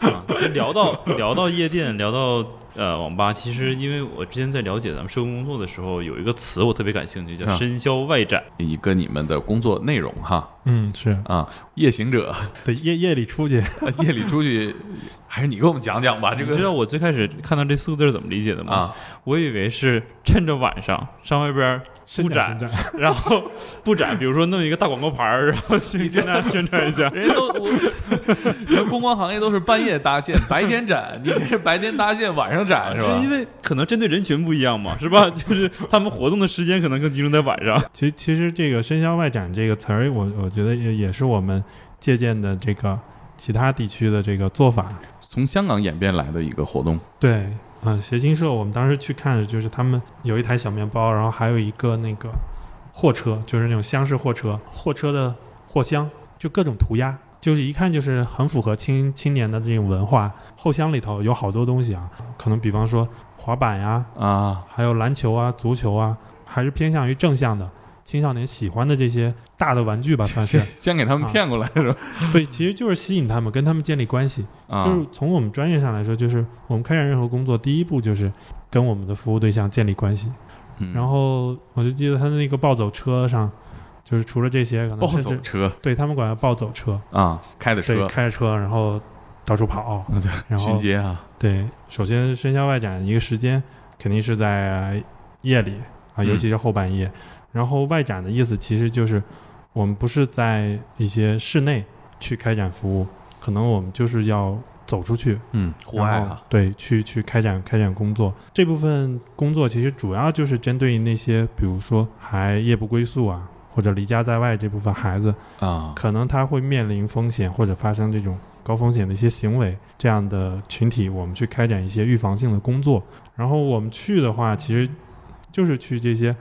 Speaker 3: 啊，就聊到聊到夜店，聊到呃网吧，其实因为我之前在了解咱们社工工作的时候，有一个词我特别感兴趣，叫
Speaker 1: 啊
Speaker 3: 深宵外展。
Speaker 1: 一个你们的工作内容哈
Speaker 2: 嗯，是
Speaker 1: 啊，夜行者
Speaker 2: 得夜夜里出去，
Speaker 1: 夜里出去，还是你给我们讲讲吧。啊这
Speaker 3: 你知
Speaker 1: 个
Speaker 3: 道我最开始看到这四个字儿怎么理解的吗？
Speaker 1: 啊，。
Speaker 3: 我以为是趁着晚上上外边儿布
Speaker 2: 伸展
Speaker 3: 展，
Speaker 2: 伸展，
Speaker 3: 然后布展，比如说弄一个大广告牌儿，然后去跟大家宣传一下
Speaker 1: 人家都我， 人家公关行业都是半夜搭建，白天展，你这是白天搭建，晚上 展是吧？
Speaker 3: 因为可能针对人群不一样嘛，是吧？就是他们活动的时间可能更集中在晚上。
Speaker 2: 其实其实这个“深宵外展”这个词儿，我我觉得也也是我们借鉴的这个其他地区的这个做法，
Speaker 1: 从香港演变来的一个活动，
Speaker 2: 对，嗯、协鑫社我们当时去看，就是他们有一台小面包，然后还有一个那个货车，就是那种厢式货车，货车的货箱就各种涂鸦，就是一看就是很符合青青年的这种文化。后箱里头有好多东西啊，可能比方说滑板呀、
Speaker 1: 啊，
Speaker 2: 还有篮球啊、足球啊，还是偏向于正向的。青少年喜欢的这些大的玩具吧，算啊是
Speaker 1: 先先给他们骗过来是吧？
Speaker 2: 对，其实就是吸引他们，跟他们建立关系。
Speaker 1: 啊，
Speaker 2: 就是从我们专业上来说，就是我们开展任何工作，第一步就是跟我们的服务对象建立关系。
Speaker 1: 嗯
Speaker 2: 然后我就记得他的那个暴走车上，就是除了这些，可能
Speaker 1: 暴
Speaker 2: 甚
Speaker 1: 走
Speaker 2: 至
Speaker 1: 车
Speaker 2: 对他们管叫暴走车，
Speaker 1: 啊，开的
Speaker 2: 对，
Speaker 1: 车，
Speaker 2: 开着车然后到 处跑，
Speaker 1: 啊对
Speaker 2: 然
Speaker 1: 巡
Speaker 2: 后
Speaker 1: 街啊，
Speaker 2: 对，首先深宵外展一个时间肯定是在夜里啊，
Speaker 1: 嗯
Speaker 2: 尤其是后半夜。然后外展的意思其实就是我们不是在一些室内去开展服务，可能我们就是要走出去，
Speaker 1: 嗯，户外
Speaker 2: 然后
Speaker 1: 啊，
Speaker 2: 对，去去开展开展工作。这部分工作其实主要就是针对那些，比如说还夜不归宿啊，或者离家在外这部分孩子，
Speaker 1: 啊，
Speaker 2: 可能他会面临风险或者发生这种高风险的一些行为，这样的群体，我们去开展一些预防性的工作。然后我们去的话，其实就是去这些。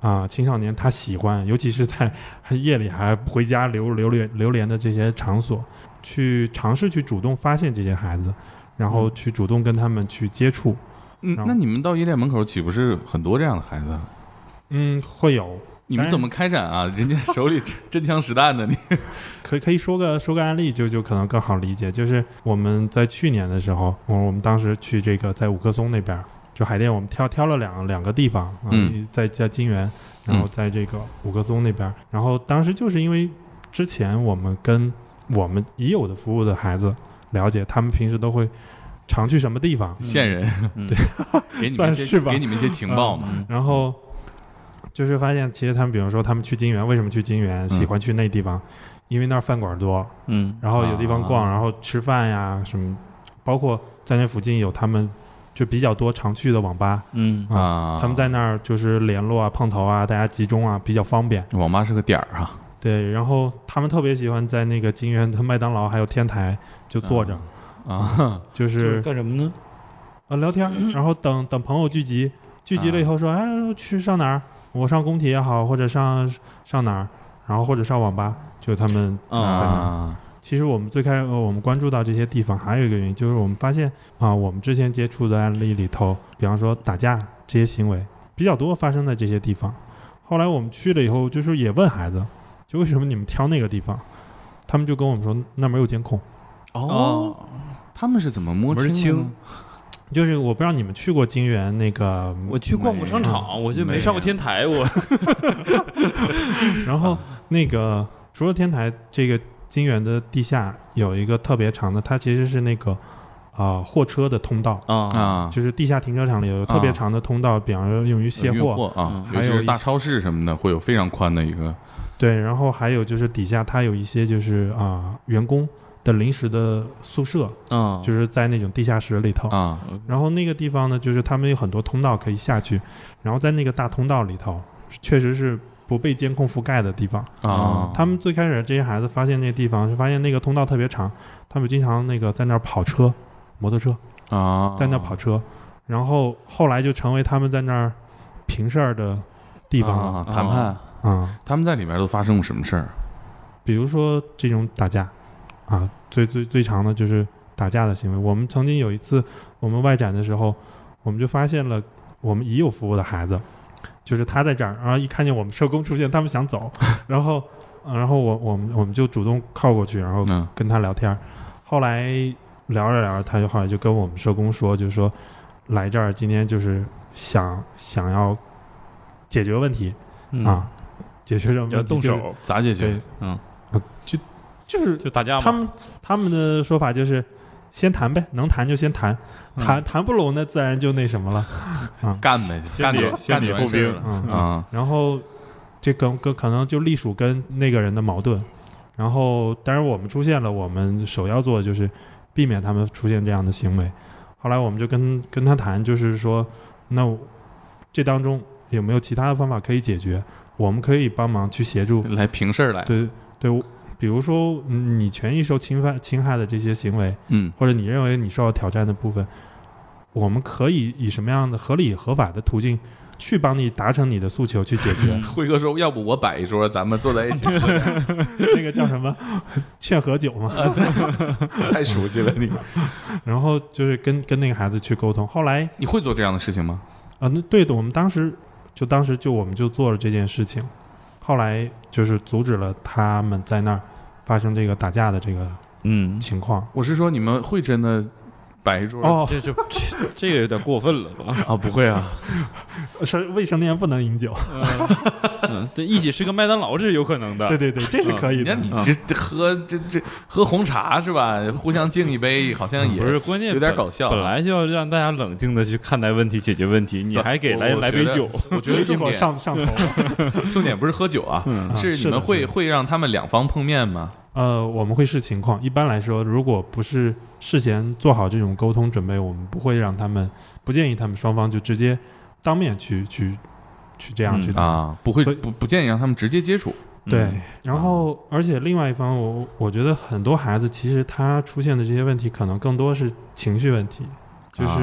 Speaker 2: 啊，青少年他喜欢，尤其是在啊夜里还回家流流连流连的这些场所，去尝试去主动发现这些孩子，然后去主动跟他们去接触。
Speaker 1: 嗯，
Speaker 2: 然后
Speaker 1: 那你们到夜店门口岂不是很多这样的孩子？
Speaker 2: 嗯，会有，
Speaker 1: 你们
Speaker 2: 当然
Speaker 1: 怎么开展啊？人家手里真真枪实弹的，你
Speaker 2: 可以可以说个说个案例就，就可能更好理解。就是我们在去年的时候，我我们当时去这个在五棵松那边儿，就海淀，我们挑挑了两两个地方，啊
Speaker 1: 嗯
Speaker 2: 一在在金源，然后在这个五棵松那边儿，然后当时就是因为之前我们跟我们已有的服务的孩子了解，他们平时都会常去什么地方，
Speaker 1: 线人，
Speaker 3: 嗯
Speaker 1: 对，给你们
Speaker 2: 算
Speaker 1: 一些
Speaker 2: 是吧
Speaker 1: 给你们一些情报嘛
Speaker 3: 嗯，
Speaker 2: 然后就是发现其实他们，比如说他们去金源，为什么去金源？喜欢去那地方，因为那儿饭馆多，
Speaker 3: 嗯
Speaker 2: 然后有地方逛，
Speaker 1: 啊
Speaker 2: 然后吃饭呀什么，包括在那附近有他们就比较多常去的网吧，
Speaker 3: 嗯
Speaker 1: 啊，
Speaker 2: 他们在那儿就是联络啊、碰头啊，大家集中啊，比较方便。
Speaker 1: 网吧是个点儿啊，
Speaker 2: 对，然后他们特别喜欢在那个金源的麦当劳还有天台就坐着，
Speaker 1: 啊，
Speaker 2: 就
Speaker 3: 就是
Speaker 2: 是
Speaker 3: 干什么呢？
Speaker 2: 呃聊天儿， 然后等等朋友聚集，聚集
Speaker 1: 啊
Speaker 2: 了以后说，哎，去上哪儿？我上工体也好，或者上上哪儿，然后或者上网吧，就他们在那儿
Speaker 1: 啊，
Speaker 2: 其实我们最开呃，我们关注到这些地方，还有一个原因就是我们发现啊，我们之前接触的案例里头，比方说打架这些行为比较多发生在这些地方。后来我们去了以后，就是也问孩子，就为什么你们挑那个地方？他们就跟我们说那儿没有监控。
Speaker 1: 哦，，他们是怎么摸
Speaker 3: 门儿
Speaker 1: 清的呢
Speaker 3: 清？
Speaker 2: 就是我不知道你们去过金源那个，
Speaker 3: 我去逛过商场，我就没上过天台，我
Speaker 2: 然后那个除了天台，这个金源的地下有一个特别长的，它其实是那个啊、货车的通道。
Speaker 3: 啊
Speaker 1: 啊，
Speaker 2: 就是地下停车场里有特别长的通道，比方说用于卸
Speaker 1: 运
Speaker 2: 货，
Speaker 1: 啊，
Speaker 3: 嗯
Speaker 1: 尤其
Speaker 2: 还有
Speaker 1: 是
Speaker 2: 一
Speaker 1: 大
Speaker 2: 些
Speaker 1: 超市什么的，会有非常宽的一个
Speaker 2: 对，然后还有就是底下它有一些就是啊、员工的临时的宿舍，
Speaker 3: 啊，
Speaker 2: 就是在那种地下室里头。
Speaker 1: 啊，
Speaker 2: 然后那个地方呢，就是他们有很多通道可以下去，然后在那个大通道里头，确实是不被监控覆盖的地方。
Speaker 1: 啊
Speaker 3: 啊，
Speaker 2: 哦他们最开始这些孩子发现那个地方是发现那个通道特别长，他们经常那个在那儿跑车，摩托车
Speaker 1: 啊，
Speaker 2: 在那儿跑车，然后后来就成为他们在那儿平事儿的地方了
Speaker 1: 啊谈判，
Speaker 2: 啊、嗯
Speaker 1: 他们在里面都发生过什么事儿？
Speaker 2: 比如说这种打架啊，最最最长的就是打架的行为。我们曾经有一次我们外展的时候，我们就发现了我们已有服务的孩子，就是他在这儿，然后一看见我们社工出现，他们想走，然后、呃然后我我们我们就主动靠过去，然后
Speaker 1: 嗯
Speaker 2: 跟他聊天儿。后来聊着聊着，他就后来就跟我们社工说，就是说来这儿今天就是想想要解决问题、
Speaker 3: 嗯
Speaker 2: 啊，解决什么问题？
Speaker 3: 要动
Speaker 2: 就是
Speaker 3: 手，
Speaker 1: 咋解决
Speaker 2: 对？，
Speaker 3: 嗯
Speaker 2: 呃，就就是
Speaker 3: 就打架嘛。
Speaker 2: 他们他们的说法就是先谈呗，能谈就先谈，
Speaker 3: 嗯
Speaker 2: 谈谈不拢那自然就那什 么了。
Speaker 1: 干呗，
Speaker 3: 先
Speaker 1: 干
Speaker 3: 礼
Speaker 1: 就
Speaker 3: 先
Speaker 1: 干
Speaker 3: 礼
Speaker 1: 就
Speaker 3: 后
Speaker 1: 完事儿
Speaker 3: 兵
Speaker 1: 了
Speaker 2: 嗯，
Speaker 1: 啊
Speaker 2: 然后这跟跟可能就隶属跟那个人的矛盾，然后当然我们出现了，我们首要做的就是避免他们出现这样的行为。后来我们就跟跟他谈，就是说，那我这当中有没有其他的方法可以解决？我们可以帮忙去协助
Speaker 1: 来平事儿来，
Speaker 2: 对对，我比如说嗯你权益受侵犯、侵害的这些行为，
Speaker 1: 嗯
Speaker 2: 或者你认为你受到挑战的部分，我们可以以什么样的合理合法的途径去帮你达成你的诉求，去解决
Speaker 3: 嗯
Speaker 1: 辉哥说：“要不我摆一桌，咱们坐在一 起，
Speaker 2: 那个叫什么劝和酒嘛。
Speaker 1: 太熟悉了你。
Speaker 2: 然后就是跟跟那个孩子去沟通。后来
Speaker 1: 你会做这样的事情吗？
Speaker 2: 啊、那对的，我们当时就当时就我们就做了这件事情，后来就是阻止了他们在那儿发生这个打架的这个
Speaker 3: 嗯，
Speaker 2: 情况。
Speaker 1: 我是说，你们会真的摆一桌？
Speaker 2: 哦，
Speaker 3: 这就 这这个有点过分了吧？
Speaker 1: 啊，不会啊，
Speaker 2: 是未成年不能饮酒。
Speaker 3: 嗯，这一起吃个麦当劳这是有可能的。
Speaker 2: 对对对，这是可以
Speaker 1: 你
Speaker 2: 的。
Speaker 1: 看你
Speaker 3: 啊
Speaker 1: 这这喝这这喝红茶是吧？互相敬一杯，好像也
Speaker 3: 不是关键，
Speaker 1: 有点
Speaker 3: 本
Speaker 1: 搞笑啊
Speaker 3: 本来就要让大家冷静的去看待问题、解决问题，你
Speaker 1: 对
Speaker 3: 还给
Speaker 1: 我
Speaker 3: 来
Speaker 1: 我
Speaker 3: 来
Speaker 1: 觉
Speaker 3: 杯
Speaker 1: 得
Speaker 3: 酒，
Speaker 1: 我觉得
Speaker 2: 一
Speaker 1: 重
Speaker 2: 会儿
Speaker 1: 点
Speaker 2: 上上头了。
Speaker 1: 重点不是喝酒啊，
Speaker 3: 嗯
Speaker 2: 啊
Speaker 1: 是你
Speaker 2: 是
Speaker 1: 们
Speaker 2: 的
Speaker 1: 会
Speaker 2: 是的
Speaker 1: 会让他们两方碰面吗？
Speaker 2: 呃，我们会视情况，一般来说，如果不是事先做好这种沟通准备，我们不会让他们，不建议他们双方就直接当面去去去这样
Speaker 3: 嗯
Speaker 2: 去打。
Speaker 1: 啊，嗯不会
Speaker 2: 所以
Speaker 1: 不不建议让他们直接接触
Speaker 2: 对，然后而且另外一方，我我觉得很多孩子其实他出现的这些问题，可能更多是情绪问题，就是、
Speaker 1: 啊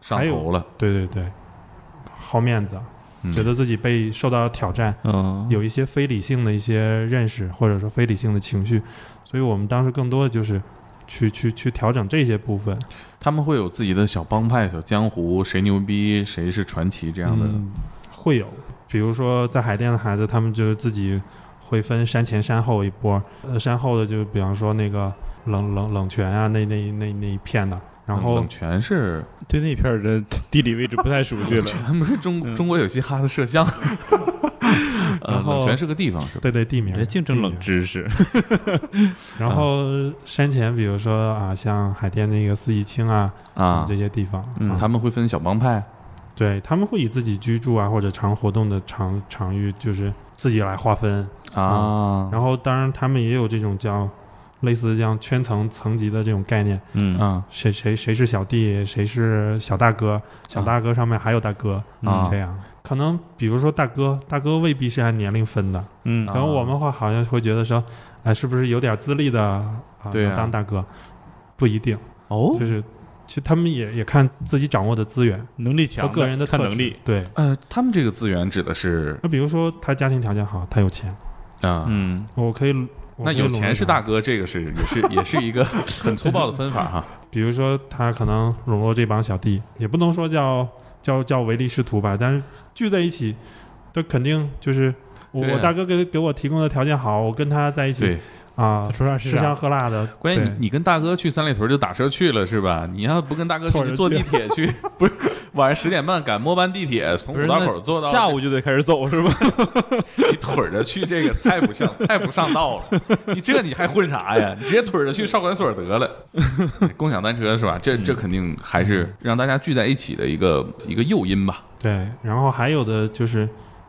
Speaker 1: 上
Speaker 2: 还有
Speaker 1: 头了，
Speaker 2: 对对对，好面子啊，
Speaker 1: 嗯
Speaker 2: 觉得自己被受到挑战，
Speaker 3: 嗯，
Speaker 2: 有一些非理性的一些认识，或者说非理性的情绪，所以我们当时更多的就是去去去调整这些部分。
Speaker 1: 他们会有自己的小帮派、小江湖，谁牛逼谁是传奇这样的。
Speaker 2: 嗯会有，比如说在海淀的孩子，他们就是自己会分山前山后一波，呃，山后的就比方说那个冷冷冷泉啊，那那那那一片的，然
Speaker 1: 嗯
Speaker 2: 后
Speaker 1: 冷泉是
Speaker 3: 对那片儿的地理位置不太熟悉 了。
Speaker 1: 他们是中
Speaker 3: 嗯
Speaker 1: 中国有嘻哈的麝 香，呃，
Speaker 2: 然后
Speaker 1: 冷泉是个地方是吧？
Speaker 2: 对对地名
Speaker 3: 这，净
Speaker 2: 地
Speaker 3: 争冷
Speaker 2: 名
Speaker 3: 知识，
Speaker 1: 嗯
Speaker 2: 然后山前，比如说啊，像海淀那个四季青啊，
Speaker 1: 啊
Speaker 2: 这，些地方，
Speaker 3: 嗯
Speaker 2: 啊
Speaker 1: 他们会分小帮派
Speaker 2: 对他们会以自己居住啊或者常活动的场场域，就是自己来划分。
Speaker 1: 啊
Speaker 2: 然后当然他们也有这种叫类似这样圈层层级的这种概念，
Speaker 3: 嗯
Speaker 1: 啊
Speaker 2: 谁谁谁是小弟，谁是小大哥，小大哥上面还有大哥，
Speaker 1: 啊
Speaker 2: 这样。可能比如说大哥，大哥未必是按年龄分的，
Speaker 3: 嗯
Speaker 2: 可
Speaker 1: 啊
Speaker 2: 能我们会好像会觉得说，哎，是不是有点资历的啊，
Speaker 1: 对啊
Speaker 2: 能当大哥？不一定，
Speaker 1: 哦，
Speaker 2: 就是其实他们也也看自己掌握的资源
Speaker 3: 能力
Speaker 2: 和
Speaker 3: 强，
Speaker 2: 个人的
Speaker 3: 看
Speaker 2: 特
Speaker 3: 能
Speaker 2: 质
Speaker 3: 力，。
Speaker 2: 对，
Speaker 1: 呃，他们这个资源指的是
Speaker 2: 那比如说他家庭条件好，他有钱，
Speaker 1: 啊，
Speaker 3: 嗯，
Speaker 2: 我可以，我
Speaker 1: 那
Speaker 2: 可以
Speaker 1: 有
Speaker 2: 笼
Speaker 1: 钱
Speaker 2: 络
Speaker 1: 是
Speaker 2: 他
Speaker 1: 大哥，这个是也 是也是一个 很粗暴的分法哈。
Speaker 2: 比如说他可能笼络这帮小弟，也不能说叫叫叫唯利是图吧，但是聚在一起，这肯定就是我、
Speaker 1: 对啊
Speaker 2: 我大哥给给我提供的条件好，我跟他在一起
Speaker 1: 对，
Speaker 2: 啊，
Speaker 3: 说啥
Speaker 2: 吃香喝辣的。
Speaker 1: 关键
Speaker 2: 对
Speaker 1: 你你跟大哥去三里屯就打车去了是吧？你要不跟大哥去，
Speaker 2: 拖着
Speaker 1: 你坐
Speaker 2: 去
Speaker 1: 地铁 去，不是晚上十点半赶末班地铁，从
Speaker 3: 不
Speaker 1: 五
Speaker 3: 是
Speaker 1: 道
Speaker 3: 那
Speaker 1: 口坐到
Speaker 3: 下午就得开始走是吧？
Speaker 1: 你腿着去这个太不像，太不上道了。你这你还混啥呀？你直接腿着去少管所得了。共享单车是吧？这这肯定还是让大家聚在一起的一个一个诱因吧。
Speaker 2: 对，然后还有的就是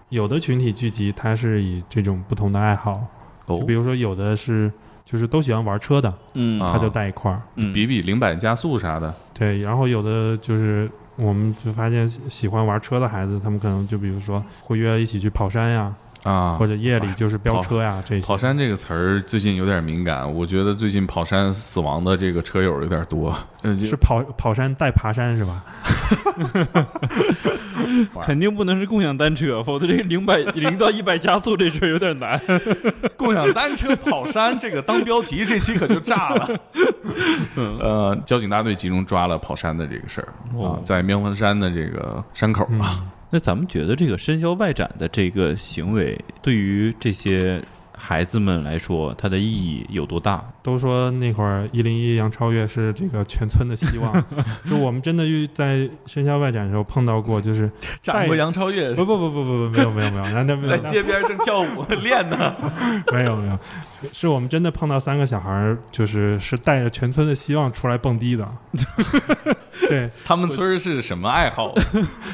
Speaker 2: 有的群体聚集，他是以这种不同的爱好，
Speaker 1: 哦
Speaker 2: 就比如说有的是就是都喜欢玩车的，
Speaker 3: 嗯
Speaker 1: 啊
Speaker 2: 他就带一块儿。
Speaker 3: 嗯
Speaker 1: 比比零百加速啥的，
Speaker 2: 对，然后有的就是我们就发现喜喜欢玩车的孩子，他们可能就比如说会约一起去跑山呀，
Speaker 1: 啊
Speaker 2: 或者夜里就是飙车呀这些。
Speaker 1: 跑山这个词儿最近有点敏感，我觉得最近跑山死亡的这个车友有点多。 呃，就是
Speaker 2: 跑跑山带爬山是吧？
Speaker 3: 肯定不能是共享单车，否则这个零百零到一百加速这事儿有点难。
Speaker 1: 共享单车跑山这个当标题，这期可就炸 了。呃，交警大队集中抓了跑山的这个事儿啊
Speaker 3: 哦，
Speaker 1: 在妙峰山的这个山口
Speaker 2: 嗯
Speaker 1: 啊，，
Speaker 3: 那咱们觉得这个深宵外展的这个行为，对于这些孩子们来说，它的意义有多大？
Speaker 2: 都说那会儿一零一杨超越是这个全村的 希望，就我们真的遇在深宵外展的时候碰到过，就是
Speaker 1: 战国杨超越
Speaker 2: 不不不不不不没有没有没有，那那没有
Speaker 1: 在
Speaker 2: 那
Speaker 1: 街边正跳 舞练呢。
Speaker 2: 没有没有，是我们真的碰到三个小孩儿，就是是带着全村的希望出来蹦 迪的。对，
Speaker 1: 他们村儿是什么爱 好？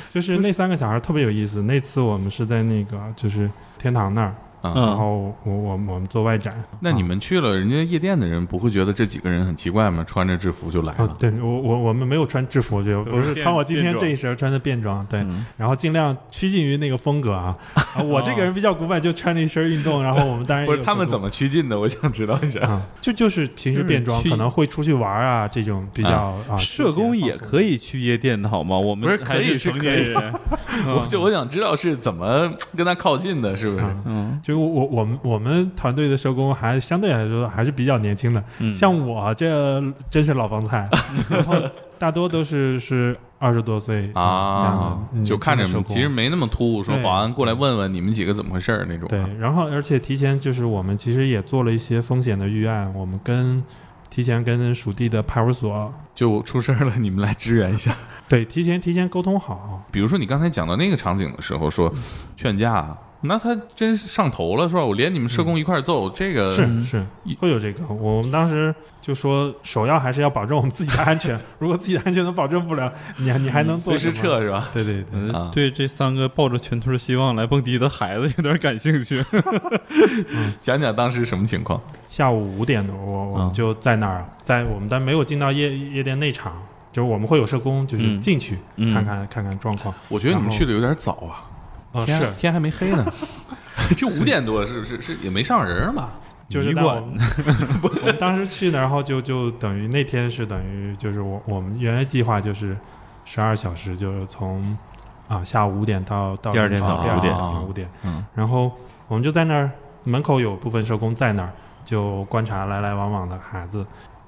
Speaker 2: 就是那三个小孩儿特别有意思。那次我们是在那个就是天堂那儿，
Speaker 1: 啊，
Speaker 3: 嗯
Speaker 2: 然后我我们我们做外展。
Speaker 1: 那你们去了，人家夜店的人不会觉得这几个人很奇怪吗？穿着制服就来
Speaker 2: 啊
Speaker 1: 了，。
Speaker 2: 对我我我们没有穿制服，就
Speaker 3: 都
Speaker 2: 不
Speaker 3: 是
Speaker 2: 是
Speaker 3: 便
Speaker 2: 穿我今
Speaker 3: 便
Speaker 2: 天
Speaker 3: 装
Speaker 2: 这一身穿的便装，对，
Speaker 3: 嗯
Speaker 2: 然后尽量趋近于那个风格 啊。啊我这个人比较古板，就穿了一身运动，然后我们当然
Speaker 1: 不是他们怎
Speaker 2: 么。
Speaker 1: 么趋近的？我想知道一下。
Speaker 2: 啊，就就是平时
Speaker 3: 就是
Speaker 2: 便装，
Speaker 3: 去
Speaker 2: 可能会出去玩儿啊，这种比较啊，
Speaker 3: 社工也可
Speaker 2: 以。
Speaker 3: 以去夜店的好吗？我们
Speaker 1: 不是可以
Speaker 3: 还
Speaker 1: 是
Speaker 3: 成年人，
Speaker 1: 我就我想知道是怎么跟他靠近的，是不是？
Speaker 2: 啊
Speaker 3: 嗯
Speaker 2: 就我我我们我们团队的社工还相对来说还是比较年轻的，
Speaker 3: 嗯，
Speaker 2: 像我这真是老 帮菜，然后大多都是是二十多岁这
Speaker 1: 啊
Speaker 2: 样的，嗯
Speaker 1: 就看着
Speaker 2: 这样的社工
Speaker 1: 其实没那么突兀，说
Speaker 2: 对
Speaker 1: 保安过来问问你们几个怎么回事儿那种。
Speaker 2: 对，然后而且提前就是我们其实也做了一些风险的预案，我们跟提前跟属地的派出所
Speaker 1: 就出事儿了，你们来支援一下。
Speaker 2: 对提前提前沟通好，
Speaker 1: 比如说你刚才讲到那个场景的时候，说劝架啊，那他真是上头了，是吧？我连你们社工一块儿揍，这个
Speaker 2: 嗯是是会有这个，我们当时就说首要还是要保证我们自己的安全，如果自己的安全都保证不了，你还你还能做
Speaker 1: 嗯随时
Speaker 2: 什么
Speaker 1: 撤，是吧？
Speaker 2: 对对对。
Speaker 3: 嗯
Speaker 1: 啊
Speaker 3: 对这三个抱着全村希望来蹦迪的孩子有点感兴趣。
Speaker 1: 讲讲当时什么情况？
Speaker 2: 下午五点多，我我
Speaker 3: 嗯
Speaker 2: 们就在那儿，在我们但没有进到夜夜店内场，就是我们会有社工，就是
Speaker 3: 嗯
Speaker 2: 进去、
Speaker 3: 嗯
Speaker 2: 看看看看状况。
Speaker 1: 我觉得你们
Speaker 2: 然后
Speaker 1: 去的有点早啊，
Speaker 2: 啊、
Speaker 1: 天
Speaker 2: 是
Speaker 1: 还，天还没黑呢， 就五点多，是不是？是也没上人儿嘛？
Speaker 2: 就是
Speaker 1: 你
Speaker 2: 但我
Speaker 1: 管
Speaker 2: 们我们当时去那儿，然后就就等于那天是等于就是我我们原来计划就是十二小时，就是从啊下午五点到到
Speaker 3: 第二天
Speaker 2: 凌晨
Speaker 1: 早上
Speaker 2: 第
Speaker 1: 5点
Speaker 2: 二天早上五点，
Speaker 3: 嗯
Speaker 2: 然后我们就在那儿门口有部分社工在那儿就观察来来往往的孩子。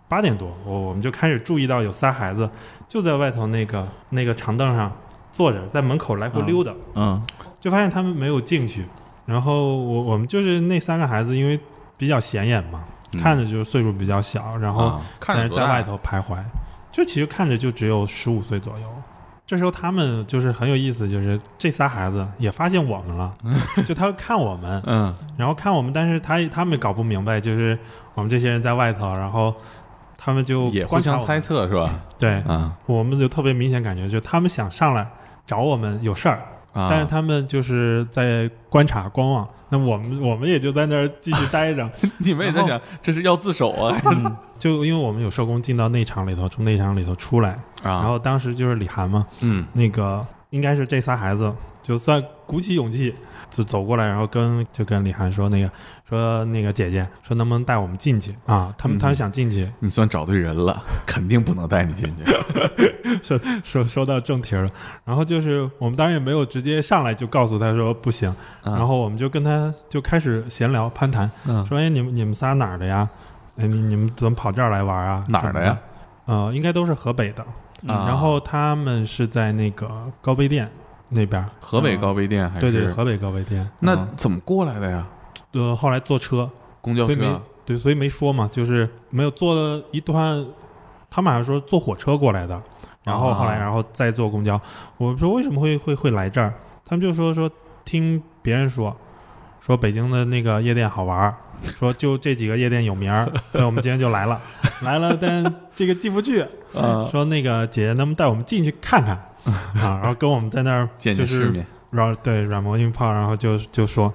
Speaker 2: 八点多，我我们就开始注意到有仨孩子就在外头那个那个长凳上坐着，在门口来回
Speaker 3: 嗯
Speaker 2: 溜达。
Speaker 3: 嗯
Speaker 2: 就发现他们没有进去。然后我我们就是那三个孩子，因为比较显眼嘛，
Speaker 1: 嗯
Speaker 2: 看着就是岁数比较小，然后
Speaker 1: 啊看
Speaker 2: 但
Speaker 1: 着
Speaker 2: 是
Speaker 1: 多
Speaker 2: 在
Speaker 1: 大
Speaker 2: 外头徘徊，就其实看着就只有十五岁左右。这时候他们就是很有意思，就是这仨孩子也发现我们 了，就他会看我们，
Speaker 1: 嗯
Speaker 2: 然后看我们，但是他他们也搞不明白，就是我们这些人在外头，然后他们就
Speaker 1: 也互
Speaker 2: 观察
Speaker 1: 相
Speaker 2: 我们
Speaker 1: 猜，测是吧？
Speaker 2: 对
Speaker 1: 啊
Speaker 2: 我们就特别明显感觉，就他们想上来找我们有事儿，
Speaker 1: 啊！
Speaker 2: 但是他们就是在观察观望，那我们我们也就在那儿继续 待着，
Speaker 1: 你们也在想，这是要自首啊？
Speaker 2: 就因为我们有社工进到内场里头，从内场里头出来， 然
Speaker 1: 啊，
Speaker 2: 后当时就是李涵嘛，
Speaker 1: 嗯
Speaker 2: 那个应该是这仨孩子，就算鼓起勇气就走过来，然后跟就跟李涵说那个说那个姐姐说能不能带我们进去啊？他们
Speaker 1: 嗯
Speaker 2: 他们想进去，
Speaker 1: 你算找对人了， 肯定不能带你进去。
Speaker 2: 说说到正题儿了，然后就是我们当然也没有直接上来就告诉他说不行，
Speaker 1: 啊
Speaker 2: 然后我们就跟他就开始闲聊攀谈，
Speaker 1: 嗯
Speaker 2: 说哎你们你们仨哪儿的呀？哎你你们怎么跑这儿来玩啊？
Speaker 1: 哪儿的呀
Speaker 2: 什么的？呃，应该都是河北的，
Speaker 1: 啊
Speaker 2: 然后他们是在那个高碑店那边儿，
Speaker 1: 河北高碑店还是
Speaker 2: 对对，河北高碑店。
Speaker 1: 那
Speaker 3: 嗯
Speaker 1: 怎么过来的呀？
Speaker 2: 呃，后来坐车，
Speaker 1: 公交
Speaker 2: 所以没
Speaker 1: 车
Speaker 2: 对，所以没说嘛，就是没有坐了一段，他们好像说坐火车过来的，然后后来
Speaker 1: 啊
Speaker 2: 然后再坐公交。我说为什么会会会来这儿？他们就说说听别人说，说北京的那个夜店好玩儿，说就这几个夜店有名儿，所以我们今天就来了，来了，但这个进不去，
Speaker 1: 啊，
Speaker 2: 说那个姐姐能不能带我们进去看看啊？然后跟我们在那儿
Speaker 1: 见
Speaker 2: 就
Speaker 1: 见世
Speaker 2: 是
Speaker 1: 面
Speaker 2: 软对软磨硬泡，然后就就说，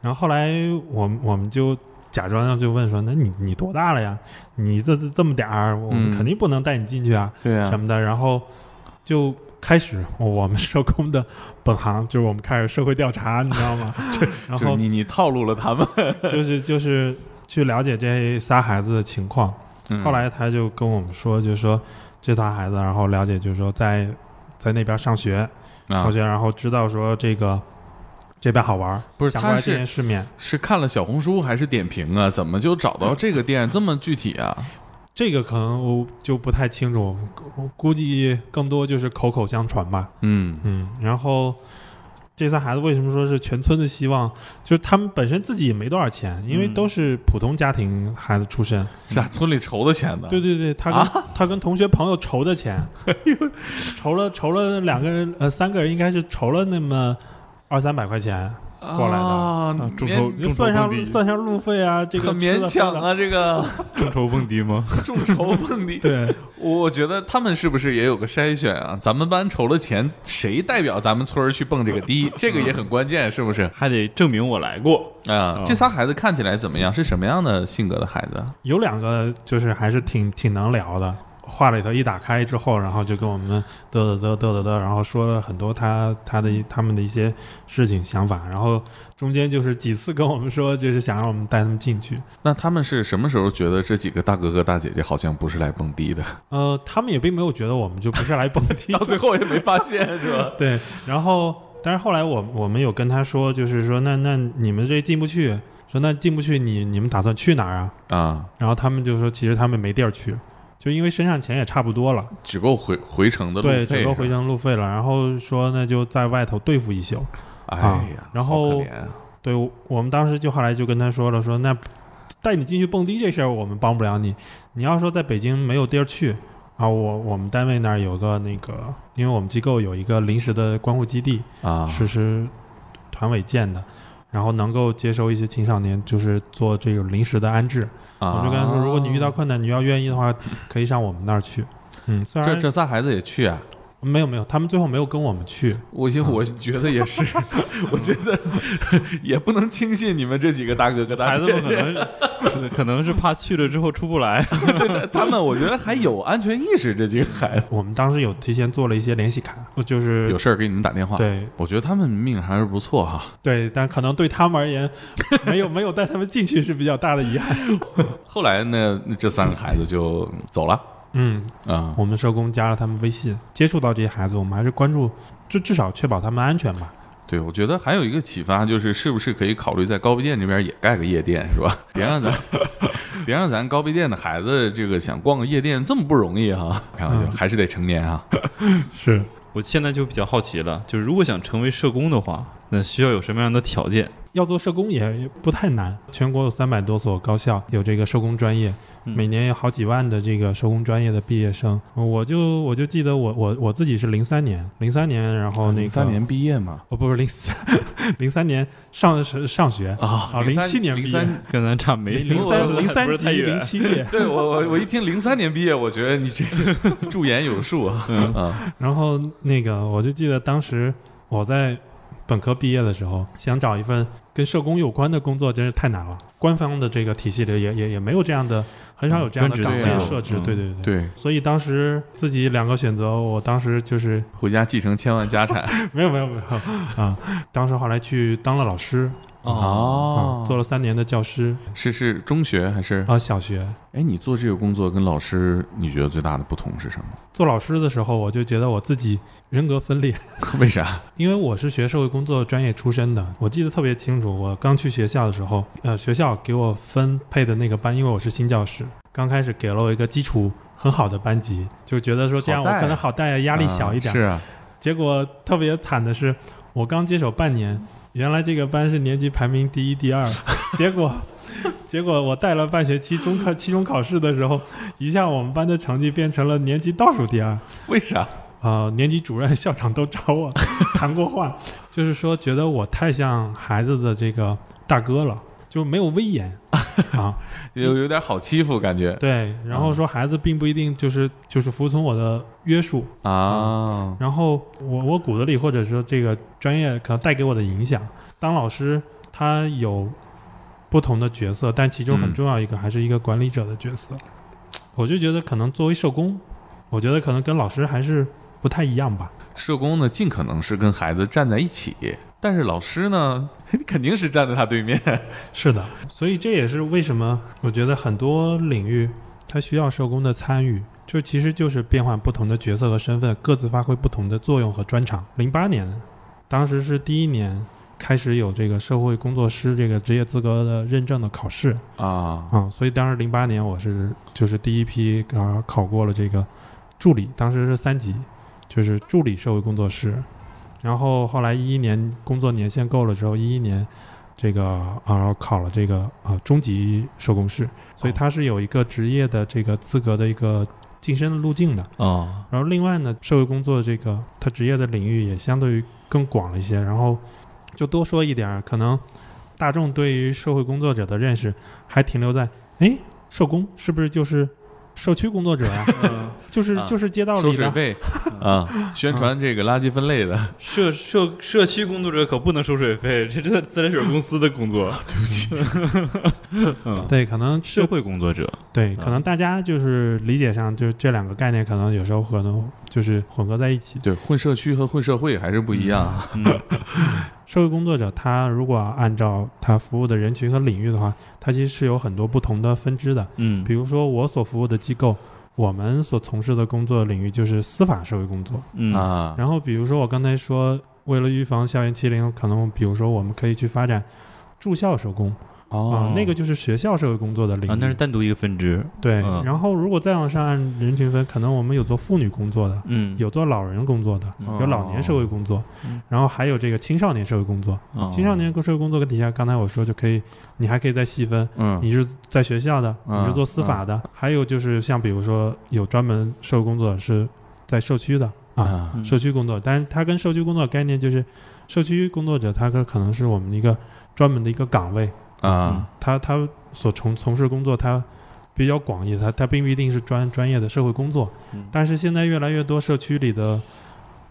Speaker 2: 然后后来我们我们就假装就问说：“那你你多大了呀？你这这这么点儿，我们
Speaker 1: 嗯
Speaker 2: 肯定不能带你进去啊，
Speaker 1: 对
Speaker 2: 什
Speaker 1: 啊，
Speaker 2: 么的。”然后就开始我们社工的本行，就是我们开始社会调查，你知道吗？ 然
Speaker 1: 就是
Speaker 2: 后
Speaker 1: 你你套路了他们。
Speaker 2: 就是就是去了解这仨孩子的情况。
Speaker 1: 嗯
Speaker 2: 后来他就跟我们说，就是说这仨孩子，然后了解就是说在在那边上学，
Speaker 1: 啊
Speaker 2: 上，学，然后知道说这个这边好玩儿，
Speaker 1: 不是
Speaker 2: 想
Speaker 1: 他
Speaker 2: 过来
Speaker 1: 是
Speaker 2: 见见世面。
Speaker 1: 是看了小红书还是点评啊？怎么就找
Speaker 2: 嗯
Speaker 1: 到这个店这么具体啊？
Speaker 2: 这个可能我就不太清楚，我估计更多就是口口相传吧。
Speaker 1: 嗯
Speaker 2: 嗯，然后这仨孩子为什么说是全村的希望？就是他们本身自己也没多少钱，因为
Speaker 1: 嗯
Speaker 2: 都是普通家庭孩子出身。
Speaker 1: 是啊，村里筹的钱的。
Speaker 2: 对对对，他跟、
Speaker 1: 啊
Speaker 2: 他跟同学朋友筹的钱，
Speaker 1: 哎
Speaker 2: 筹了筹了两个人呃三个人应该是筹了那么二三百块钱，过来的
Speaker 1: 啊
Speaker 3: 啊，众
Speaker 1: 勉
Speaker 3: 筹
Speaker 2: 就
Speaker 3: 众筹
Speaker 2: 算上
Speaker 3: 蹦迪，
Speaker 2: 算上路费啊，这个
Speaker 1: 很
Speaker 2: 吃
Speaker 1: 勉
Speaker 2: 的
Speaker 1: 强
Speaker 2: 喝的。
Speaker 1: 啊，这个
Speaker 3: 众筹蹦迪吗？
Speaker 1: 众筹蹦迪。
Speaker 2: 对，
Speaker 1: 我觉得他们是不是也有个筛选啊？咱们班筹了钱，谁代表咱们村儿去蹦这个 迪？这个也很关键，是不是？
Speaker 3: 还得证明我来过。
Speaker 2: 嗯
Speaker 1: 啊，这仨孩子看起来怎么样？是什么样的性格的孩子？
Speaker 2: 有两个就是还是挺挺能聊的，话里头一打开之后，然后就跟我们嘚嘚嘚嘚嘚嘚，然后说了很多他他的他们的一些事情想法，然后中间就是几次跟我们说，就是想让我们带他们进去。
Speaker 1: 那他们是什么时候觉得这几个大哥哥大姐姐好像不是来蹦迪 的？
Speaker 2: 呃，他们也并没有觉得我们就不是来蹦 迪
Speaker 1: 到最后也没发现，是 吧？
Speaker 2: 对，然后但是后来我我们有跟他说，就是说那那你们这进不去，说那进不去你你们打算去哪儿啊？
Speaker 1: 啊，
Speaker 2: 然后他们就说其实他们没地儿去，就因为身上钱也差不多了，
Speaker 1: 只够回回程的路
Speaker 2: 对，
Speaker 1: 费，啊
Speaker 2: 只够回
Speaker 1: 是吧。
Speaker 2: 程路费了。然后说那就在外头对付一宿。
Speaker 1: 哎呀
Speaker 2: 啊，然后
Speaker 1: 好可怜啊
Speaker 2: 对我我们当时就后来就跟他说了，说那带你进去蹦迪这事儿我们帮不了你，你要说在北京没有地儿去。啊，我我们单位那儿有个那个，因为我们机构有一个临时的关护基地，
Speaker 1: 啊，
Speaker 2: 实施团委建的，然后能够接收一些青少年，就是做这种临时的安置。
Speaker 1: 啊
Speaker 2: 我就跟他说，如果你遇到困难，你要愿意的话，可以上我们那儿去。嗯，虽
Speaker 1: 这
Speaker 2: 然
Speaker 1: 这仨孩子也去啊，
Speaker 2: 没有没有，他们最后没有跟我们去，
Speaker 1: 我也我觉得也是， 我觉得也不能轻信你们这几个大哥哥大
Speaker 3: 孩
Speaker 1: 姐
Speaker 3: 子
Speaker 1: 姐
Speaker 3: 们可能可能是怕去了之后出不来。
Speaker 1: 对他们，我觉得还有安全意识。这几个孩子
Speaker 2: 我们当时有提前做了一些联系卡，就是
Speaker 1: 有事儿给你们打电话。，
Speaker 2: 对
Speaker 1: 我觉得他们命还是不错哈。
Speaker 2: 对，但可能对他们而 言，没有没有带他们进去是比较大的遗憾。
Speaker 1: 后来呢，这三个孩子就走了
Speaker 2: 嗯，
Speaker 1: 啊、
Speaker 2: 我们社工加了他们微信，接触到这些孩子，我们还是关注，就至少确保他们安全吧。
Speaker 1: 对，我觉得还有一个启发就是，是不是可以考虑在高碑店这边也盖个夜店，是 吧？别让咱别让咱高碑店的孩子这个想逛个夜店这么不容易哈、开玩笑，
Speaker 2: 嗯
Speaker 1: 还是得成年啊。
Speaker 2: 是，
Speaker 3: 我现在就比较好奇了，就是如果想成为社工的话，那需要有什么样的条件？
Speaker 2: 要做社工也也不太难，全国有三百多所高校有这个社工专业，
Speaker 3: 嗯
Speaker 2: 每年有好几万的这个社工专业的毕业生。我就我就记得我我我自己是零三年，零三年，然后那个
Speaker 1: 三年毕业嘛。
Speaker 2: 哦不是零三 零三年上是上学，
Speaker 1: 啊
Speaker 2: 啊07年
Speaker 1: 零
Speaker 2: 毕业
Speaker 1: 三，，
Speaker 3: 跟咱差没
Speaker 2: 零三零
Speaker 3: 不
Speaker 2: 三
Speaker 3: 是太
Speaker 2: 级
Speaker 3: 远
Speaker 2: 零七届
Speaker 1: 对我我我一听零三年毕业，我觉得你这个驻颜有术 啊，啊
Speaker 2: 然后那个我就记得当时我在本科毕业的时候，想找一份跟社工有关的工作真是太难了，官方的这个体系里也也也没有这样的，很少有这样的
Speaker 3: 嗯专
Speaker 1: 职
Speaker 2: 岗位
Speaker 1: 的这种
Speaker 2: 设置，
Speaker 3: 嗯
Speaker 2: 对对对。
Speaker 1: 对，
Speaker 2: 所以当时自己两个选择，我当时就是
Speaker 1: 回家继承千万家 产
Speaker 2: 没有没有没有啊、当时后来去当了老师
Speaker 3: 哦
Speaker 2: 啊、
Speaker 1: 哦
Speaker 2: 做了三年的教师
Speaker 1: 是是中学还是
Speaker 2: 啊、？小学
Speaker 1: 哎，你做这个工作跟老师，你觉得最大的不同是什么？
Speaker 2: 做老师的时候，我就觉得我自己人格分裂，
Speaker 1: 为啥？
Speaker 2: 因为我是学社会工作专业出身的，我记得特别清楚。我刚去学校的时候，呃，学校给我分配的那个班，因为我是新教师，刚开始给了我一个基础很好的班级，就觉得说这样
Speaker 1: 好带
Speaker 2: 我可能好带，压力小一点。
Speaker 1: 啊是啊，
Speaker 2: 结果特别惨的是，我刚接手半年，原来这个班是年级排名第一、第二，结果，结果我带了半学期，中考期中考试的时候，一下我们班的成绩变成了年级倒数第二。
Speaker 1: 为啥？
Speaker 2: 啊，年级主任、校长都找我 谈过话，就是说觉得我太像孩子的这个大哥了，就没有威严啊。
Speaker 1: 有有点好欺负感觉
Speaker 2: 对，然后说孩子并不一定就是就是服从我的约束，
Speaker 1: 啊。
Speaker 2: 然后我我骨子里或者说这个专业可能带给我的影响，当老师他有不不同的角色，但其中很
Speaker 1: 嗯
Speaker 2: 重要一个还是一个管理者的角色。我就觉得可能作为社工，我觉得可能跟老师还是不太一样吧。
Speaker 1: 社工呢，尽可能是跟孩子站在一起，但是老师呢， 肯定是站在他对面。
Speaker 2: 是的，所以这也是为什么我觉得很多领域它需要社工的参与，就其实就是变换不同的角色和身份，各自发挥不同的作用和专长。零八年，当时是第一年开始有这个社会工作师这个职业资格的认证的考试
Speaker 1: 啊，
Speaker 2: 啊、所以当时零八年我是就是第一批啊、呃考过了这个助理，当时是三级，就是助理社会工作师。然后后来一一年工作年限够了之后，一一年这个啊、然后考了这个呃中级社工师，所以它是有一个职业的这个资格的一个晋升的路径的。
Speaker 3: 哦，
Speaker 2: 然后另外呢，社会工作这个它职业的领域也相对于更广了一些。然后就多说一点儿，可能大众对于社会工作者的认识还停留在，哎，社工是不是就是社区工作 者呀、就是
Speaker 1: 啊
Speaker 2: 就是街道
Speaker 1: 收
Speaker 2: 里
Speaker 1: 水
Speaker 2: 的，
Speaker 1: 费啊，宣传这个垃圾分类的。
Speaker 3: 社社社区工作者可不能收水费，这这自来水公司的工作。对不起，嗯，
Speaker 2: 对，可能
Speaker 3: 社
Speaker 2: 就
Speaker 3: 会工作者，
Speaker 2: 对，
Speaker 3: 啊
Speaker 2: 可能大家就是理解上，就这两个概念可能有时候可能就是混合在一起。
Speaker 1: 对，混社区和混社会还是不一样。
Speaker 3: 嗯，
Speaker 2: 社会工作者他如果按照他服务的人群和领域的话，他其实是有很多不同的分支的。
Speaker 3: 嗯
Speaker 2: 比如说我所服务的机构，我们所从事的工作领域就是司法社会工作。
Speaker 3: 嗯
Speaker 1: 啊，
Speaker 2: 然后比如说我刚才说，为了预防校园欺凌，可能比如说我们可以去发展住校社工啊、
Speaker 1: 哦，
Speaker 2: 那个就是学校社会工作的领域。
Speaker 3: 啊，那是单独一个分支，
Speaker 2: 对。
Speaker 3: 嗯
Speaker 2: 然后如果再往上按人群分，可能我们有做妇女工作的，
Speaker 3: 嗯，
Speaker 2: 有做老人工作的。
Speaker 3: 嗯
Speaker 2: 有老年社会工作，
Speaker 3: 嗯
Speaker 2: 然后还有这个青少年社会工作。
Speaker 1: 哦
Speaker 2: 青少年社会工作跟底下刚才我说就可以，你还可以再细分，
Speaker 1: 嗯
Speaker 3: 啊
Speaker 2: 你是在学校的，
Speaker 1: 嗯
Speaker 2: 你是做司法的，还有就是像比如说有专门社会工作者是在社区的啊，
Speaker 1: 啊
Speaker 3: 嗯
Speaker 2: 社区工作，但是它跟社区工作概念就是，社区工作者他可可能是我们一个专门的一个岗位，
Speaker 1: 啊
Speaker 2: 他他所从从事工作他。比较广义，他他并不一定是专专业的社会工作，
Speaker 3: 嗯
Speaker 2: 但是现在越来越多社区里的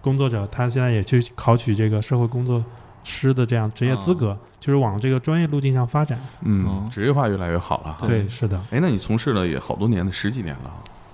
Speaker 2: 工作者，他现在也去考取这个社会工作师的这样职业资格，
Speaker 3: 啊
Speaker 2: 就是往这个专业路径上发展。
Speaker 1: 嗯，
Speaker 3: 哦
Speaker 1: 职业化越来越好了哈。
Speaker 3: 对
Speaker 2: 对，啊是的，
Speaker 1: 哎，那你从事了也好多年的，十几年了哈。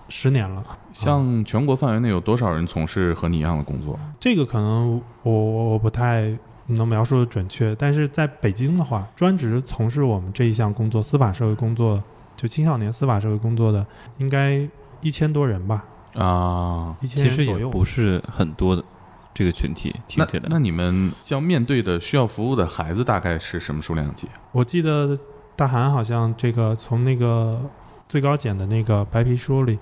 Speaker 2: 十年了。
Speaker 1: 像全国范围内有多少人从事和你一样的工作？
Speaker 2: 这个可能我我我不太能描述的准确，但是在北京的话，专职从事我们这一项工作，司法社会工作，就青少年司法社会工作的，应该一千多人吧，
Speaker 1: 啊，
Speaker 2: 一千
Speaker 3: 其
Speaker 2: 人
Speaker 3: 实
Speaker 2: 左
Speaker 3: 也
Speaker 2: 右。
Speaker 3: 不是很多的这个群体，听
Speaker 1: 那
Speaker 3: 起来
Speaker 1: 那你们要面对的需要服务的孩子大概是什么数量级？
Speaker 2: 我记得大韩好像这个从那个最高检的那个白皮书里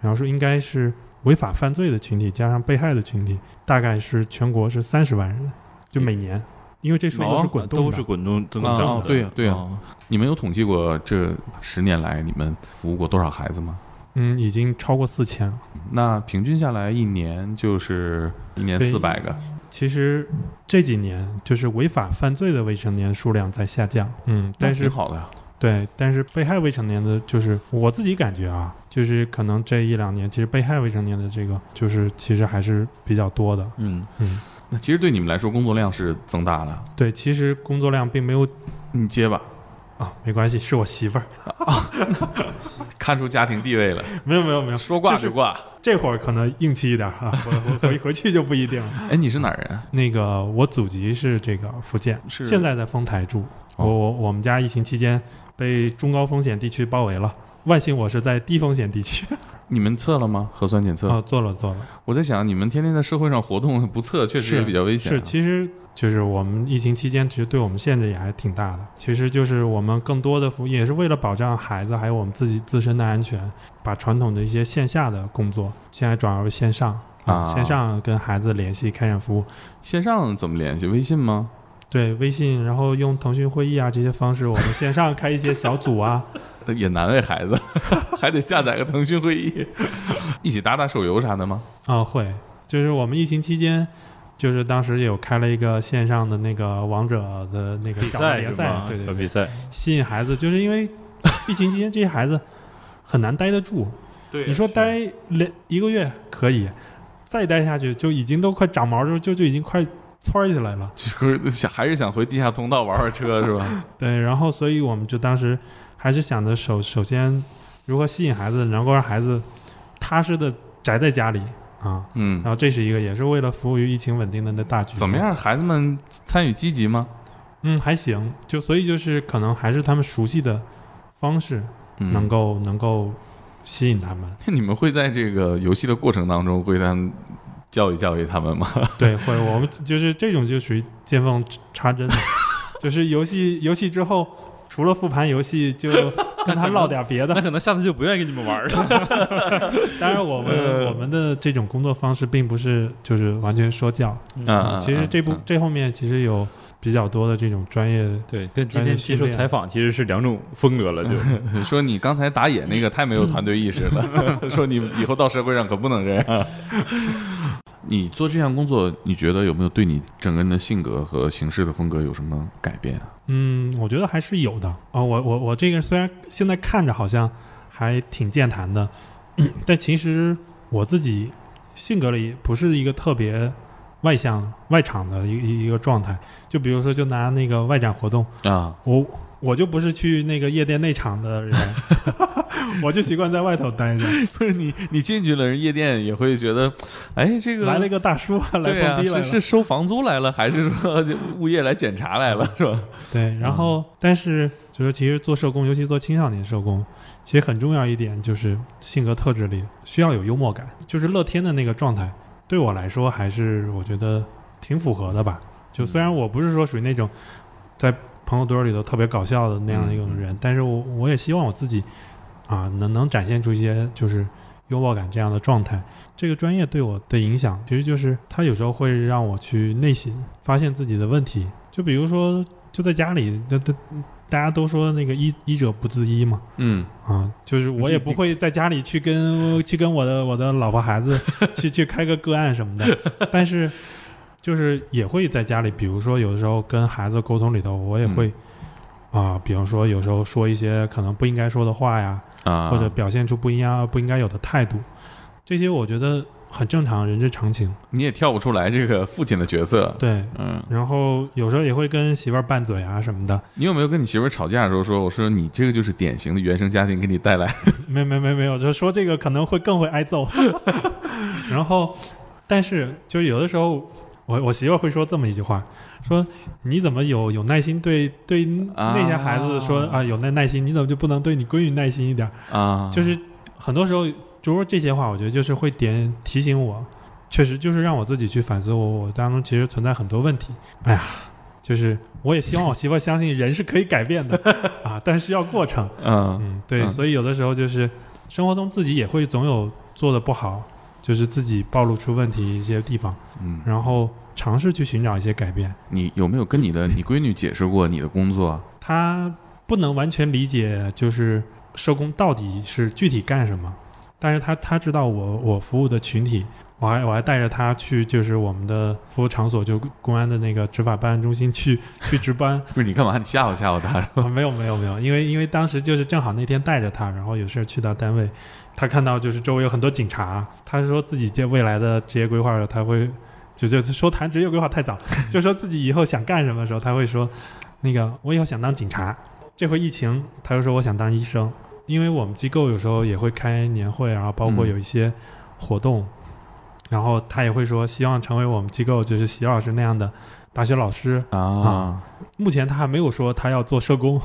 Speaker 2: 描述，应该是违法犯罪的群体加上被害的群体，大概是全国是三十万人，就每年，因为这数
Speaker 1: 哦
Speaker 2: 字是滚动的。
Speaker 3: 都是滚动增
Speaker 1: 啊
Speaker 3: 长
Speaker 1: 哦
Speaker 3: 的，
Speaker 1: 对呀对呀
Speaker 3: 哦
Speaker 1: 你们有统计过这十年来你们服务过多少孩子吗？
Speaker 2: 嗯，已经超过四千了。
Speaker 1: 那平均下来一年就是一年
Speaker 2: 对
Speaker 1: 四百个，
Speaker 2: 其实这几年就是违法犯罪的未成年数量在下降，嗯，
Speaker 1: 那
Speaker 2: 但
Speaker 1: 挺
Speaker 2: 是
Speaker 1: 好的呀。
Speaker 2: 对，但是被害未成年的，就是我自己感觉啊，就是可能这一两年，其实被害未成年的这个，就是其实还是比较多的，
Speaker 3: 嗯，
Speaker 2: 嗯，
Speaker 1: 那其实对你们来说工作量是增大了。
Speaker 2: 对，其实工作量并没有
Speaker 1: 你嗯接吧，
Speaker 2: 啊，没关系，是我媳妇儿，
Speaker 1: 看出家庭地位 了，
Speaker 2: 没有没有没有，
Speaker 1: 说挂
Speaker 2: 就是
Speaker 1: 就挂。
Speaker 2: 这会儿可能硬气一点儿啊，我我回回去就不一定了。
Speaker 1: 哎，你是哪儿人？
Speaker 2: 那个我祖籍是这个福建，
Speaker 1: 是
Speaker 2: 现在在丰台住。
Speaker 1: 哦
Speaker 2: 我我我们家疫情期间被中高风险地区包围了，万幸我是在低风险地区。
Speaker 1: 你们测了吗？核酸检 测？
Speaker 2: 哦，做了做了，
Speaker 1: 我在想，你们天天在社会上活动，不测确实
Speaker 2: 是
Speaker 1: 也比较危险啊。
Speaker 2: 是其实。就是我们疫情期间，其实对我们限制也还挺大的。其实就是我们更多的服务，也是为了保障孩子还有我们自己自身的安全，把传统的一些线下的工作现在转而为线上
Speaker 1: 啊
Speaker 2: 线上跟孩子联系开展服务，
Speaker 1: 线上怎么联系？微信吗？
Speaker 2: 对微信，然后用腾讯会议啊这些方式，我们线上开一些小组啊，
Speaker 1: 呃也难为孩 子，还得下载个腾讯会议，一起打打手游啥的吗？
Speaker 2: 啊、会，就是我们疫情期间，就是当时有开了一个线上的那个王者的那个
Speaker 3: 比
Speaker 2: 小的
Speaker 3: 赛
Speaker 2: 联
Speaker 3: 是
Speaker 2: 赛
Speaker 3: 吗，？
Speaker 2: 对对
Speaker 3: 小
Speaker 2: 对，
Speaker 3: 比赛，
Speaker 2: 吸引孩子，就是因为疫情期间这些孩子很难待得 住，
Speaker 1: 对
Speaker 2: 你说待两一个月可以，再待下去就已经都快长毛，就就就已经快窜起来了。
Speaker 1: 就是想还是想回地下通道玩玩车是 吧？
Speaker 2: 对，然后所以我们就当时还是想着首首先如何吸引孩子，能够让孩子踏实的宅在家里啊。
Speaker 1: 嗯
Speaker 2: 然，后这是一个，也是为了服务于疫情稳定的那大局。
Speaker 1: 怎么？样？孩子们参与积极吗？
Speaker 2: 嗯，还行。就所以就是可能还是他们熟悉的方式，
Speaker 1: 嗯
Speaker 2: 能够、能够吸引他们。
Speaker 1: 你们会在这个游戏的过程当中会他们教育教育他们吗？
Speaker 2: 对，会我们就是这种就属于见缝插针的，就是游戏游戏之后，除了复盘游戏，就跟他唠点别的
Speaker 3: 那。可能下次就不愿意跟你们玩了。
Speaker 2: 当然，我们我们的这种工作方式并不是就是完全说教。
Speaker 1: 嗯
Speaker 2: 其实这部
Speaker 1: 嗯
Speaker 2: 这后面其实有比较多的这种专业，
Speaker 3: 对，跟今天接受采访其实是两种风格了，就
Speaker 1: 说你刚才打野那个太没有团队意识 了，说你以后到社会上可不能这样。嗯你做这项工作，你觉得有没有对你整个人的性格和行事的风格有什么改变啊？
Speaker 2: 嗯，我觉得还是有的啊、我我我这个虽然现在看着好像还挺健谈的，但其实我自己性格里不是一个特别外向外场的一一一个状态。就比如说，就拿那个外展活动，
Speaker 1: 啊，
Speaker 2: 我我就不是去那个夜店内场的人， 我就习惯在外头待着。
Speaker 1: 不是啊你，你进去了，人夜店也会觉得，哎，这个
Speaker 2: 来了一个 大叔，来
Speaker 1: 对啊，
Speaker 2: 蹦迪来
Speaker 1: 是是
Speaker 2: 了。
Speaker 1: 收房租来了，还是说 物业来检查来了，是吧？
Speaker 2: 对，然后、但是就是其实做社工，尤其做青少年社工，其实很重要一点就是性格特质里需要有幽默感，就是乐天的那个状态，对我来说还是我觉得挺符合的吧。就虽然我不是说属于那种在朋友堆儿里头特别搞笑的那样的一种人，但是我我也希望我自己啊能能展现出一些就是幽默感这样的状态。这个专业对我的影响，其实就是它有时候会让我去内省，发现自己的问题。就比如说，就在家里，大大大家都说那个医医者不自医嘛，
Speaker 1: 嗯，
Speaker 2: 啊，就是我也不会在家里去 跟去跟我的我的老婆孩 子去去开个个案什么的，但是就是也会在家里，比如说有的时候跟孩子沟通里头，我也会啊、比方说有时候说一些可能不应该说的话呀，
Speaker 1: 啊，
Speaker 2: 或者表现出不一样不应该有的态度，这些我觉得很正常，人之常情。
Speaker 1: 你也跳不出来这个父亲的角色。
Speaker 2: 对，
Speaker 1: 嗯，
Speaker 2: 然后有时候也会跟媳妇儿拌嘴啊什么的，
Speaker 1: 你有没有跟你媳妇儿吵架的时候说，我说你这个就是典型的原生家庭给你带来
Speaker 2: 没没没没有，就说这个可能会更会挨揍。然后，但是就有的时候，我我媳妇儿会说这么一句话，说你怎么有有耐心对对
Speaker 1: 啊
Speaker 2: 那些孩子说啊有那耐心，你怎么就不能对你闺女耐心一点儿？
Speaker 1: 啊？
Speaker 2: 就是很多时候，就说这些话，我觉得就是会点提醒我，确实就是让我自己去反思我，我当中其实存在很多问题。哎呀，就是我也希望我媳妇儿相信人是可以改变的啊，但是要过程。
Speaker 1: 嗯
Speaker 2: 嗯，对，
Speaker 1: 嗯
Speaker 2: 所以有的时候就是生活中自己也会总有做的不好，就是自己暴露出问题一些地方，
Speaker 1: 嗯，
Speaker 2: 然后尝试去寻找一些改变。
Speaker 1: 你有没有跟你的你闺女解释过你的工作？
Speaker 2: 他不能完全理解，就是社工到底是具体干什么，但是他他知道我我服务的群体，我还我还带着他去就是我们的服务场所，就公安的那个执法办案中心去去值班。
Speaker 1: 不是你干嘛？你吓唬吓唬她？
Speaker 2: 啊，没有没有没有，因为因为当时就是正好那天带着他，然后有事儿去到单位，他看到就是周围有很多警察，他说自己这未来的职业规划的时候，他会就就说谈职业规划太早， 就说自己以后想干什么的时候，他会说那个我以后想当警察，这回疫情他就说我想当医生，因为我们机构有时候也会开年会，然后包括
Speaker 1: 嗯
Speaker 2: 有一些活动，然后他也会说希望成为我们机构就是席老师那样的大学老师，
Speaker 1: 啊，
Speaker 2: 目前他还没有说他要做社工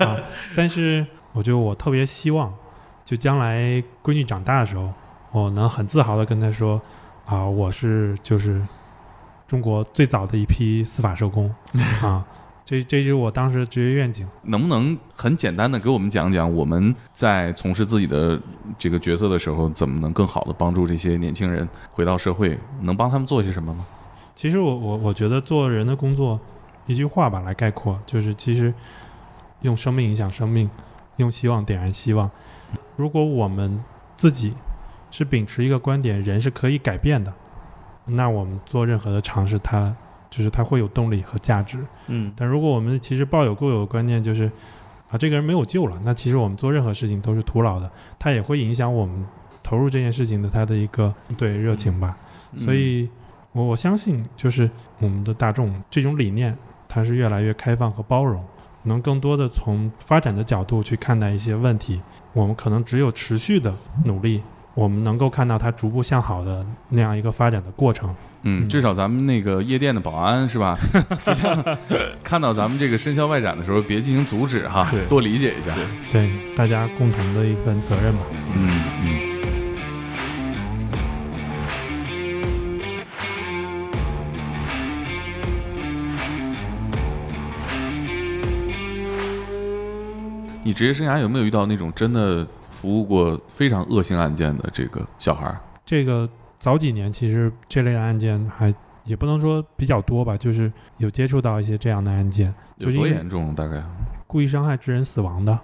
Speaker 2: 啊，但是我觉得我特别希望，就将来闺女长大的时候，我能很自豪的跟她说啊，我是就是中国最早的一批司法社工啊，这这就是我当时的职业愿景。
Speaker 1: 能不能很简单的给我们讲讲，我们在从事自己的这个角色的时候，怎么能更好的帮助这些年轻人回到社会？能帮他们做些什么吗？
Speaker 2: 其实我我我觉得做人的工作，一句话吧来概括，就是其实用生命影响生命，用希望点燃希望。如果我们自己是秉持一个观点，人是可以改变的，那我们做任何的尝试，它就是它会有动力和价值。
Speaker 3: 嗯，
Speaker 2: 但如果我们其实抱有固有的观念，就是啊这个人没有救了，那其实我们做任何事情都是徒劳的，它
Speaker 3: 嗯
Speaker 2: 也会影响我们投入这件事情的他的一个对热情吧。所以我我相信，就是我们的大众这种理念，它是越来越开放和包容，能更多的从发展的角度去看待一些问题。我们可能只有持续的努力，我们能够看到它逐步向好的那样一个发展的过程。
Speaker 1: 嗯，
Speaker 2: 嗯
Speaker 1: 至少咱们那个夜店的保安是吧？尽量看到咱们这个深宵外展的时候，别进行阻止哈，
Speaker 3: 对
Speaker 1: 多理解一下。
Speaker 2: 对大家共同的一份责任吧。
Speaker 1: 嗯嗯。你职业生涯有没有遇到那种真的服务过非常恶性案件的这个小孩儿？
Speaker 2: 这个早几年其实这类的案件还也不能说比较多吧，就是有接触到一些这样的案件，
Speaker 1: 有多严重？大概
Speaker 2: 故意伤害致人死亡的，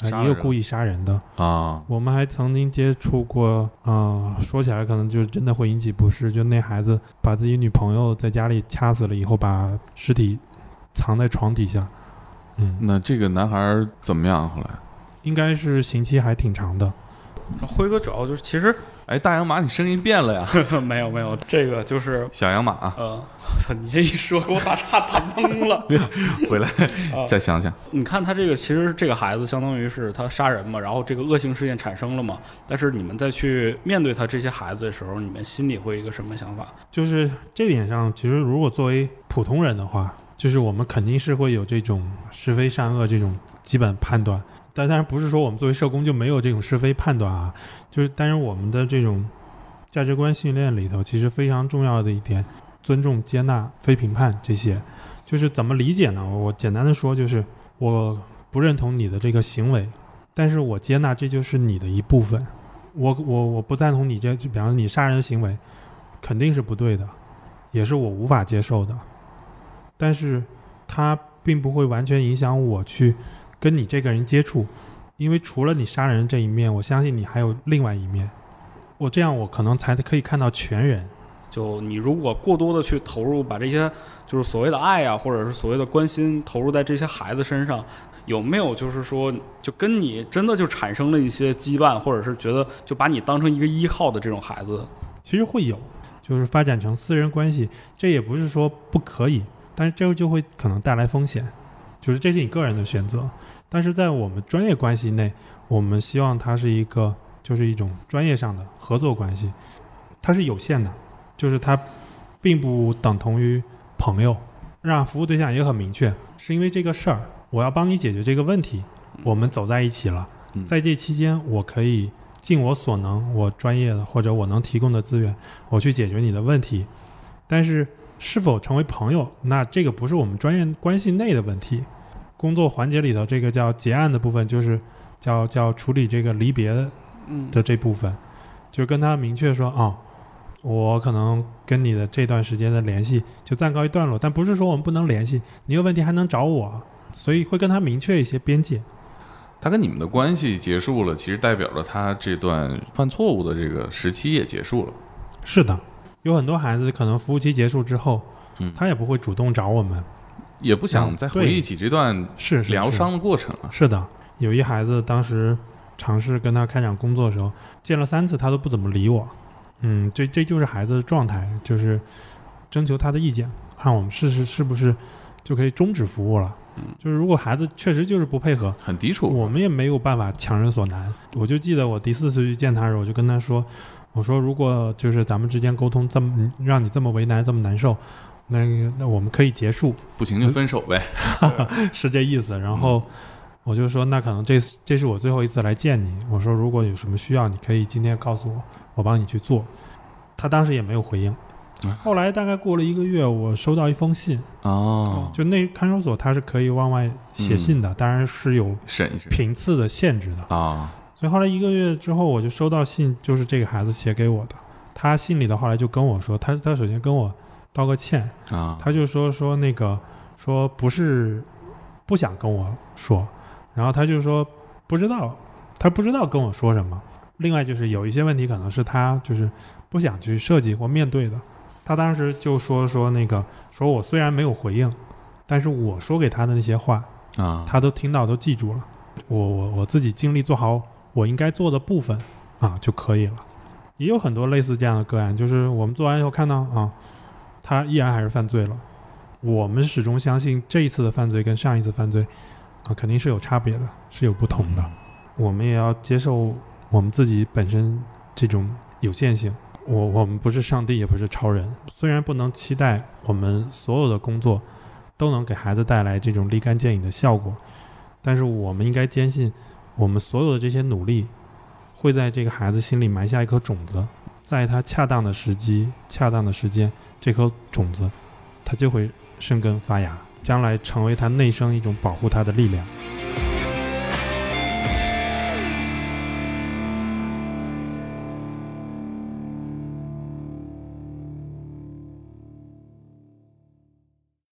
Speaker 2: 呃
Speaker 1: 杀
Speaker 2: 也有
Speaker 1: 人
Speaker 2: 故意杀人的。
Speaker 1: 啊，
Speaker 2: 我们还曾经接触过，嗯、说起来可能就是真的会引起不适，就那孩子把自己女朋友在家里掐死了以后，把尸体藏在床底下。嗯，
Speaker 1: 那这个男孩儿怎么样？后来，
Speaker 2: 应该是刑期还挺长的。
Speaker 4: 辉哥主要就是其实
Speaker 1: 哎，大洋马，你声音变了呀，
Speaker 4: 没有没有，这个就是
Speaker 1: 小洋马啊，
Speaker 4: 呃， 我操，你这一说给我打岔打懵了。
Speaker 1: 回来
Speaker 4: 啊
Speaker 1: 再想想。
Speaker 4: 你看他这个，其实这个孩子相当于是他杀人嘛，然后这个恶性事件产生了嘛，但是你们再去面对他这些孩子的时候，你们心里会有一个什么想法？
Speaker 2: 就是这点上，其实如果作为普通人的话，就是我们肯定是会有这种是非善恶这种基本判断。但当然不是说我们作为社工就没有这种是非判断啊，就是但是我们的这种价值观训练里头，其实非常重要的一点，尊重、接纳、非评判这些，就是怎么理解呢？我简单的说，就是我不认同你的这个行为，但是我接纳这就是你的一部分。我我我不赞同你这，就比方说你杀人的行为，肯定是不对的，也是我无法接受的。但是它并不会完全影响我去跟你这个人接触，因为除了你杀人这一面，我相信你还有另外一面。我这样，我可能才可以看到全人。
Speaker 4: 就你如果过多的去投入，把这些就是所谓的爱啊，或者是所谓的关心投入在这些孩子身上，有没有就是说，就跟你真的就产生了一些羁绊，或者是觉得就把你当成一个依靠的这种孩子？
Speaker 2: 其实会有，就是发展成私人关系，这也不是说不可以，但是这就会可能带来风险，就是这是你个人的选择。但是在我们专业关系内，我们希望它是一个，就是一种专业上的合作关系，它是有限的，就是它并不等同于朋友。让服务对象也很明确，是因为这个事儿，我要帮你解决这个问题，我们走在一起了
Speaker 1: 嗯，
Speaker 2: 在这期间，我可以尽我所能，我专业的或者我能提供的资源，我去解决你的问题。但是是否成为朋友，那这个不是我们专业关系内的问题。工作环节里头，这个叫结案的部分，就是叫叫处理这个离别
Speaker 4: 嗯，
Speaker 2: 的这部分，就跟他明确说啊、哦我可能跟你的这段时间的联系就暂告一段落，但不是说我们不能联系，你有问题还能找我，所以会跟他明确一些边界。
Speaker 1: 他跟你们的关系结束了，其实代表了他这段犯错误的这个时期也结束了。
Speaker 2: 是的，有很多孩子可能服务期结束之后，
Speaker 1: 嗯
Speaker 2: 他也不会主动找我们，
Speaker 1: 也不想再回忆起这段
Speaker 2: 嗯是是
Speaker 1: 疗
Speaker 2: 是
Speaker 1: 伤的过程啊。
Speaker 2: 是的，有一孩子当时尝试跟他开展工作的时候，见了三次他都不怎么理我。嗯，这这就是孩子的状态，就是征求他的意见，看我们试试是不是就可以终止服务了。
Speaker 1: 嗯
Speaker 2: 就是如果孩子确实就是不配合，
Speaker 1: 很抵触。
Speaker 2: 我们也没有办法强人所难。我就记得我第四次去见他的时候，我就跟他说：“我说如果就是咱们之间沟通这么让你这么为难这么难受，那那我们可以结束，
Speaker 1: 不行就分手呗。
Speaker 2: 是这意思。然后我就说，那可能这次这是我最后一次来见你。我说，如果有什么需要，你可以今天告诉我，我帮你去做。他当时也没有回应
Speaker 1: 啊。
Speaker 2: 后来大概过了一个月，我收到一封信，
Speaker 1: 哦，
Speaker 2: 就那看守所它是可以往外写信的，当然是有
Speaker 1: 审一审
Speaker 2: 频次的限制的。
Speaker 1: 啊，
Speaker 2: 所以后来一个月之后，我就收到信，就是这个孩子写给我的。他信里头后来就跟我说，他他首先跟我道个歉，
Speaker 1: 啊，
Speaker 2: 他就说说那个说不是不想跟我说，然后他就说不知道，他不知道跟我说什么。另外就是有一些问题可能是他就是不想去设计或面对的。他当时就说说那个说我虽然没有回应，但是我说给他的那些话，
Speaker 3: 嗯
Speaker 1: 啊，
Speaker 2: 他都听到都记住了。我我我自己尽力做好我应该做的部分啊就可以了。也有很多类似这样的个案，就是我们做完以后看到啊，他依然还是犯罪了。我们始终相信这一次的犯罪跟上一次犯罪啊，肯定是有差别的，是有不同的。我们也要接受我们自己本身这种有限性。我我们不是上帝，也不是超人，虽然不能期待我们所有的工作都能给孩子带来这种立竿见影的效果，但是我们应该坚信，我们所有的这些努力会在这个孩子心里埋下一颗种子，在他恰当的时机、恰当的时间，这颗种子它就会生根发芽，将来成为他内生一种保护他的力量。